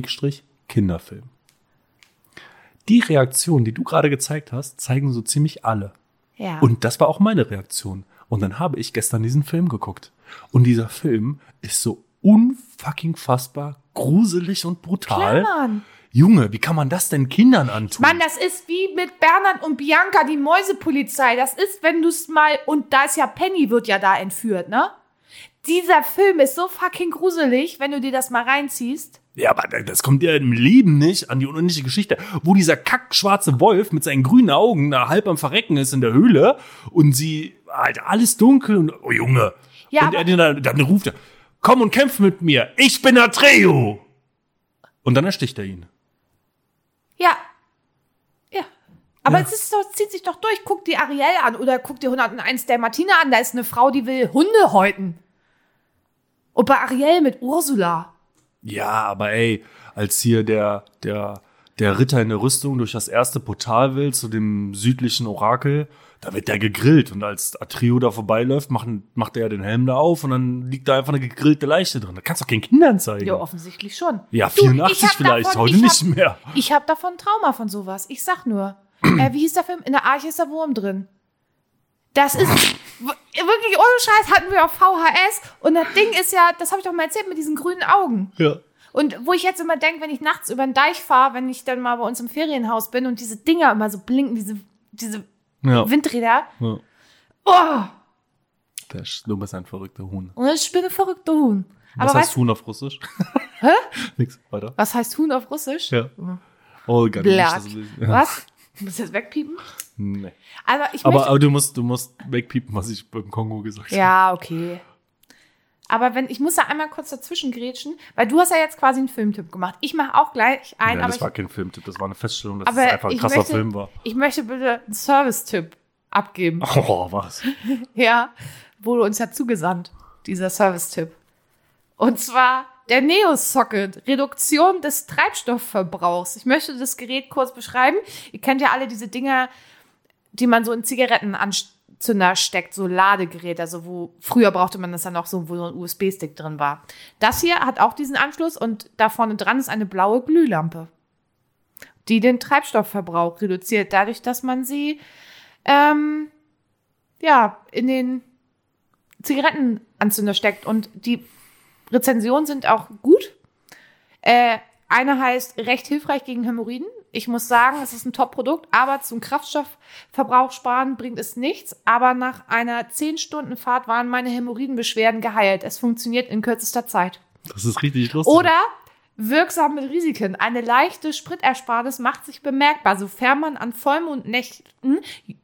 [SPEAKER 2] Fantasy-Kinderfilm. Die Reaktion, die du gerade gezeigt hast, zeigen so ziemlich alle.
[SPEAKER 3] Ja.
[SPEAKER 2] Und das war auch meine Reaktion. Und dann habe ich gestern diesen Film geguckt. Und dieser Film ist so unfucking fassbar gruselig und brutal.
[SPEAKER 3] Mann.
[SPEAKER 2] Junge, wie kann man das denn Kindern antun?
[SPEAKER 3] Mann, das ist wie mit Bernhard und Bianca, die Mäusepolizei. Das ist, wenn du es mal. Und da ist ja Penny, wird ja da entführt, ne? Dieser Film ist so fucking gruselig, wenn du dir das mal reinziehst.
[SPEAKER 2] ja, aber das kommt ja im Leben nicht an die unendliche Geschichte, wo dieser kackschwarze Wolf mit seinen grünen Augen da halb am Verrecken ist in der Höhle und sie, Alter, alles dunkel und, oh Junge.
[SPEAKER 3] Ja,
[SPEAKER 2] und er
[SPEAKER 3] aber-
[SPEAKER 2] den dann, dann ruft er, komm und kämpf mit mir, ich bin Atreo. Und dann ersticht er ihn.
[SPEAKER 3] Ja. Ja. Aber es ist doch, zieht sich doch durch. Guck dir Ariel an oder guck dir 101 der Martina an. Da ist eine Frau, die will Hunde häuten. Und bei Ariel mit Ursula.
[SPEAKER 2] Ja, aber ey, als hier der, der, der Ritter in der Rüstung durch das erste Portal will zu dem südlichen Orakel, da wird der gegrillt. Und als Atrio da vorbeiläuft, machen, macht er ja den Helm da auf und dann liegt da einfach eine gegrillte Leiche drin. Da kannst du doch keinen Kindern zeigen.
[SPEAKER 3] Ja, offensichtlich schon.
[SPEAKER 2] Ja,
[SPEAKER 3] Du, ich
[SPEAKER 2] 84
[SPEAKER 3] hab
[SPEAKER 2] vielleicht,
[SPEAKER 3] davon-
[SPEAKER 2] heute
[SPEAKER 3] ich
[SPEAKER 2] nicht
[SPEAKER 3] hab,
[SPEAKER 2] mehr.
[SPEAKER 3] Ich habe davon Trauma von sowas. Ich sag nur. äh, wie hieß der Film? In der Arche ist der Wurm drin. Das ist w- wirklich ohne Scheiß hatten wir auf VHS. Und das Ding ist ja, das habe ich doch mal erzählt mit diesen grünen Augen.
[SPEAKER 2] Ja.
[SPEAKER 3] Und wo ich jetzt immer denke, wenn ich nachts über den Deich fahre, wenn ich dann mal bei uns im Ferienhaus bin und diese Dinger immer so blinken, diese, diese
[SPEAKER 2] Ja.
[SPEAKER 3] Windräder.
[SPEAKER 2] ja.
[SPEAKER 3] Oh,
[SPEAKER 2] Der, Sch- du bist ein verrückter Huhn.
[SPEAKER 3] und ich bin ein verrückter Huhn.
[SPEAKER 2] Was
[SPEAKER 3] Aber
[SPEAKER 2] heißt
[SPEAKER 3] weißt du,
[SPEAKER 2] Huhn auf Russisch? Hä? Nix, weiter.
[SPEAKER 3] was heißt Huhn auf Russisch?
[SPEAKER 2] Ja. Oh Gott,
[SPEAKER 3] Blatt.
[SPEAKER 2] du musst das- ja.
[SPEAKER 3] Was? Muss ich das wegpiepen?
[SPEAKER 2] Nee.
[SPEAKER 3] Also ich
[SPEAKER 2] Aber,
[SPEAKER 3] möchte,
[SPEAKER 2] aber du musst, du musst wegpiepen, was ich beim Kongo gesagt habe.
[SPEAKER 3] Ja, okay. Aber wenn, ich muss da einmal kurz dazwischen grätschen, weil du hast ja jetzt quasi einen Filmtipp gemacht. Ich mache auch gleich einen,
[SPEAKER 2] Nein,
[SPEAKER 3] aber
[SPEAKER 2] das
[SPEAKER 3] ich,
[SPEAKER 2] war kein Filmtipp, das war eine Feststellung, dass es
[SPEAKER 3] aber
[SPEAKER 2] einfach ein
[SPEAKER 3] ich
[SPEAKER 2] krasser
[SPEAKER 3] möchte,
[SPEAKER 2] Film war.
[SPEAKER 3] Ich möchte bitte einen Service-Tipp abgeben.
[SPEAKER 2] Oh, was?
[SPEAKER 3] Ja, wurde uns ja zugesandt, dieser Service-Tipp. Und zwar der Neo-Socket, Reduktion des Treibstoffverbrauchs. Ich möchte das Gerät kurz beschreiben. Ihr kennt ja alle diese Dinger, die man so in Zigarettenanzünder steckt, so Ladegerät, also wo früher brauchte man das ja noch so, wo so ein USB-Stick drin war. Das hier hat auch diesen Anschluss und da vorne dran ist eine blaue Glühlampe, die den Treibstoffverbrauch reduziert, dadurch, dass man sie ähm, ja, in den Zigarettenanzünder steckt. Und die Rezensionen sind auch gut. Äh, eine heißt recht hilfreich gegen Hämorrhoiden. Ich muss sagen, es ist ein Top-Produkt, aber zum Kraftstoffverbrauch sparen bringt es nichts. Aber nach einer 10-Stunden-Fahrt waren meine Hämorrhoidenbeschwerden geheilt. Es funktioniert in kürzester Zeit.
[SPEAKER 2] Das ist richtig lustig.
[SPEAKER 3] Oder wirksam mit Risiken. Eine leichte Spritersparnis macht sich bemerkbar, sofern man an Vollmondnächten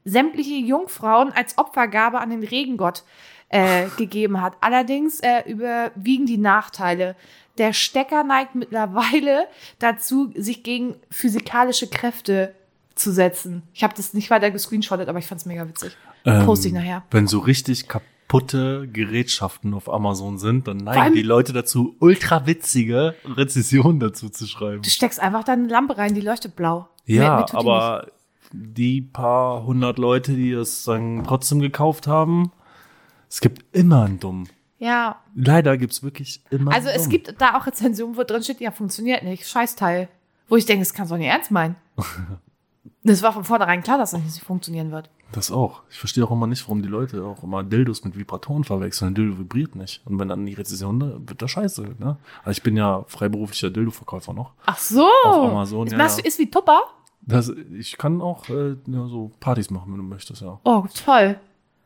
[SPEAKER 3] sämtliche Jungfrauen als Opfergabe an den Regengott äh, gegeben hat. Allerdings äh, überwiegen die Nachteile. Der Stecker neigt mittlerweile dazu, sich gegen physikalische Kräfte zu setzen. Ich habe das nicht weiter gescreenshottet, aber ich fand es mega witzig.
[SPEAKER 2] Ähm,
[SPEAKER 3] Poste ich nachher.
[SPEAKER 2] Wenn so richtig kaputte Gerätschaften auf Amazon sind, dann
[SPEAKER 3] Vor allem-
[SPEAKER 2] neigen die Leute dazu, ultra witzige Rezensionen dazu zu schreiben.
[SPEAKER 3] Du steckst einfach deine Lampe rein, die leuchtet blau. Mir-
[SPEAKER 2] Ja,
[SPEAKER 3] mir tut die nicht.
[SPEAKER 2] aber die paar hundert Leute, die das dann trotzdem gekauft haben, es gibt immer einen Dummen.
[SPEAKER 3] Ja,
[SPEAKER 2] Leider gibt es wirklich immer
[SPEAKER 3] Also
[SPEAKER 2] einen
[SPEAKER 3] es
[SPEAKER 2] Dummen.
[SPEAKER 3] gibt da auch Rezensionen, wo drin steht, ja, funktioniert nicht, Scheißteil. Wo ich denke, das kannst du doch nicht ernst meinen. das war von vornherein klar, dass das nicht funktionieren wird.
[SPEAKER 2] Das auch. Ich verstehe auch immer nicht, warum die Leute auch immer Dildos mit Vibratoren verwechseln. Ein Dildo vibriert nicht. Und wenn dann die Rezession, ne, wird das scheiße. Ne? Also ich bin ja freiberuflicher Dildo-Verkäufer noch.
[SPEAKER 3] Ach so.
[SPEAKER 2] Auf Amazon,
[SPEAKER 3] Jetzt
[SPEAKER 2] ja,
[SPEAKER 3] machst
[SPEAKER 2] ja.
[SPEAKER 3] du ist wie Tupper?
[SPEAKER 2] Das, ich kann auch äh, ja, so Partys machen, wenn du möchtest, ja.
[SPEAKER 3] Oh, toll.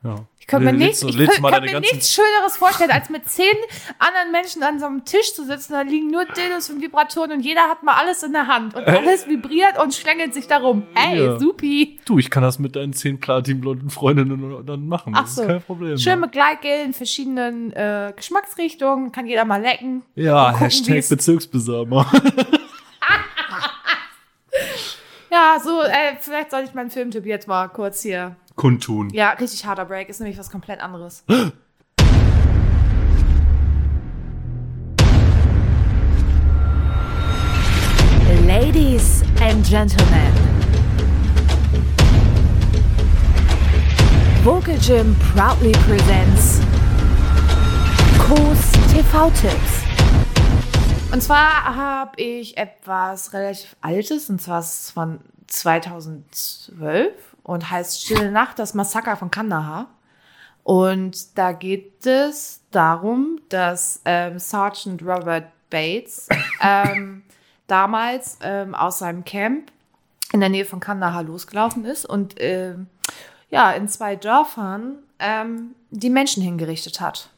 [SPEAKER 2] ja.
[SPEAKER 3] Ich könnte mir,
[SPEAKER 2] Lädst
[SPEAKER 3] nichts,
[SPEAKER 2] du-
[SPEAKER 3] ich
[SPEAKER 2] lädst
[SPEAKER 3] könnt,
[SPEAKER 2] du mal
[SPEAKER 3] könnt
[SPEAKER 2] deine
[SPEAKER 3] mir
[SPEAKER 2] ganzen-
[SPEAKER 3] nichts Schöneres vorstellen, als mit zehn anderen Menschen an so einem Tisch zu sitzen. Da liegen nur Dildos und Vibratoren und jeder hat mal alles in der Hand. Und alles vibriert und schlängelt sich darum. Hey,
[SPEAKER 2] Ja.
[SPEAKER 3] supi.
[SPEAKER 2] Du, ich kann das mit deinen zehn platinblonden Freundinnen dann machen.
[SPEAKER 3] Ach
[SPEAKER 2] Das
[SPEAKER 3] so.
[SPEAKER 2] ist kein Problem.
[SPEAKER 3] Schön mit Gleitgel in verschiedenen äh, Geschmacksrichtungen. Kann jeder mal lecken.
[SPEAKER 2] ja,
[SPEAKER 3] gucken, wie
[SPEAKER 2] Hashtag
[SPEAKER 3] es-
[SPEAKER 2] Bezirksbesamer.
[SPEAKER 3] Ja, so, äh, vielleicht sollte ich meinen Filmtipp jetzt mal kurz hier.
[SPEAKER 2] Kundtun.
[SPEAKER 3] Ja, richtig harter Break, ist nämlich was komplett anderes.
[SPEAKER 4] Ladies and Gentlemen, Vocal Gym proudly presents Kurs TV-Tipps.
[SPEAKER 3] Und zwar habe ich etwas relativ Altes, und zwar ist es von 2012 und heißt Stille Nacht, das Massaker von Kandahar. Und da geht es darum, dass ähm, Sergeant Robert Bates ähm, damals ähm, aus seinem Camp in der Nähe von Kandahar losgelaufen ist und ähm, ja, in zwei Dörfern ähm, die Menschen hingerichtet hat.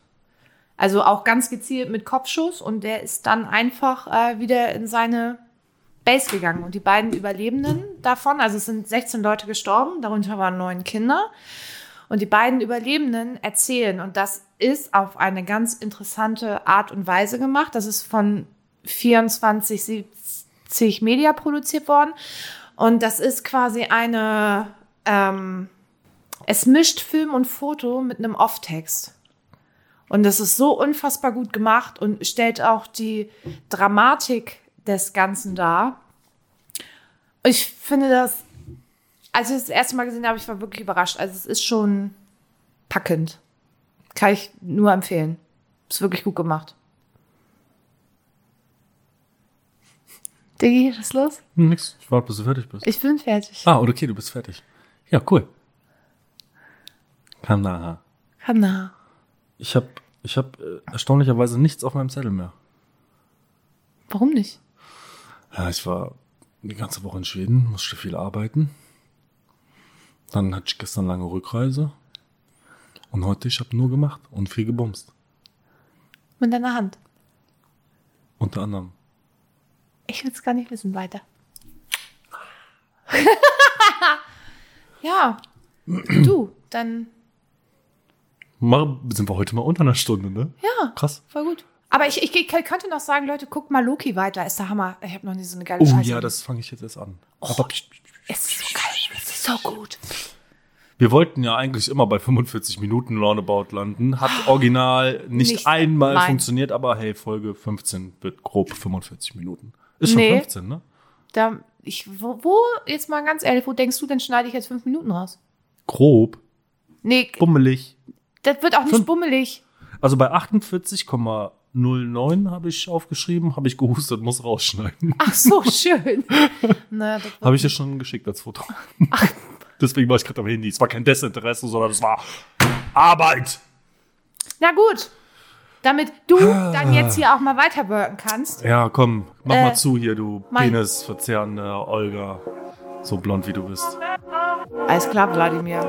[SPEAKER 3] Also auch ganz gezielt mit Kopfschuss und der ist dann einfach äh, wieder in seine Base gegangen. Und die beiden Überlebenden davon, also es sind 16 Leute gestorben, darunter waren neun Kinder. Und die beiden Überlebenden erzählen, und das ist auf eine ganz interessante Art und Weise gemacht. Das ist von 2470 Media produziert worden. Und das ist quasi eine, ähm, es mischt Film und Foto mit einem Off-Text. Und das ist so unfassbar gut gemacht und stellt auch die Dramatik des Ganzen dar. Ich finde das, als ich das erste Mal gesehen habe, ich war wirklich überrascht. Also es ist schon packend. Kann ich nur empfehlen. Ist wirklich gut gemacht. Diggi, was ist los?
[SPEAKER 2] Hm, Nix. Ich warte, bis du fertig bist.
[SPEAKER 3] Ich bin fertig.
[SPEAKER 2] Ah, okay, du bist fertig. Ja, cool. Kanaha.
[SPEAKER 3] Hanna.
[SPEAKER 2] Ich habe ich hab, äh, erstaunlicherweise nichts auf meinem Zettel mehr.
[SPEAKER 3] Warum nicht?
[SPEAKER 2] Ja, ich war die ganze Woche in Schweden, musste viel arbeiten. Dann hatte ich gestern lange Rückreise. Und heute, ich habe nur gemacht und viel gebumst.
[SPEAKER 3] Mit deiner Hand.
[SPEAKER 2] Unter anderem.
[SPEAKER 3] Ich will es gar nicht wissen weiter. Ja. Du, dann,
[SPEAKER 2] Mal, sind wir heute mal unter einer Stunde, ne?
[SPEAKER 3] ja.
[SPEAKER 2] Krass.
[SPEAKER 3] Voll gut. Aber ich, ich, ich könnte noch sagen, Leute, guckt mal Loki weiter. Ist der Hammer. Ich habe noch nie so eine geile
[SPEAKER 2] Oh
[SPEAKER 3] Scheiße.
[SPEAKER 2] ja, das fange ich jetzt erst an. Aber pst, pst, pst.
[SPEAKER 3] Es ist so geil. Es ist so gut.
[SPEAKER 2] wir wollten ja eigentlich immer bei 45 Minuten Roundabout landen. Hat original nicht,
[SPEAKER 3] Ah. Nicht-
[SPEAKER 2] einmal
[SPEAKER 3] nein.
[SPEAKER 2] funktioniert, aber hey, Folge 15 wird grob 45 Minuten. Ist schon
[SPEAKER 3] Nee.
[SPEAKER 2] 15, ne?
[SPEAKER 3] Da, ich, wo, wo, jetzt mal ganz ehrlich, wo denkst du denn, schneide ich jetzt fünf Minuten raus?
[SPEAKER 2] Grob,
[SPEAKER 3] Nee,
[SPEAKER 2] bummelig.
[SPEAKER 3] das wird auch nicht
[SPEAKER 2] Fünf-
[SPEAKER 3] bummelig.
[SPEAKER 2] Also bei 48,09 habe ich aufgeschrieben, habe ich gehustet, muss rausschneiden.
[SPEAKER 3] Ach so, schön. Na, das
[SPEAKER 2] Habe ich dir schon geschickt als Foto. Deswegen war ich gerade am Handy. Es war kein Desinteresse, sondern es war Arbeit.
[SPEAKER 3] Na gut. Damit du
[SPEAKER 2] Ah.
[SPEAKER 3] dann jetzt hier auch mal weiterwirken kannst.
[SPEAKER 2] Ja, komm, mach
[SPEAKER 3] Äh,
[SPEAKER 2] mal zu hier, du
[SPEAKER 3] mein-
[SPEAKER 2] Penisverzerrende Olga. So blond wie du bist.
[SPEAKER 3] Alles klar, Wladimir.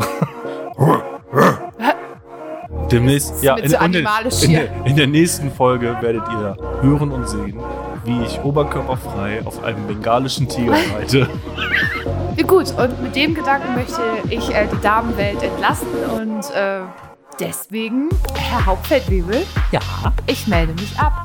[SPEAKER 2] Demnächst, ja,
[SPEAKER 3] mit
[SPEAKER 2] in,
[SPEAKER 3] so
[SPEAKER 2] und in,
[SPEAKER 3] animalisch
[SPEAKER 2] in,
[SPEAKER 3] hier.
[SPEAKER 2] der, in der nächsten Folge werdet ihr hören und sehen, wie ich oberkörperfrei auf einem bengalischen Tiger reite.
[SPEAKER 3] Gut, und mit dem Gedanken möchte ich äh, die Damenwelt entlassen und äh, deswegen, Herr Hauptfeldwebel,
[SPEAKER 2] Ja.
[SPEAKER 3] ich melde mich ab.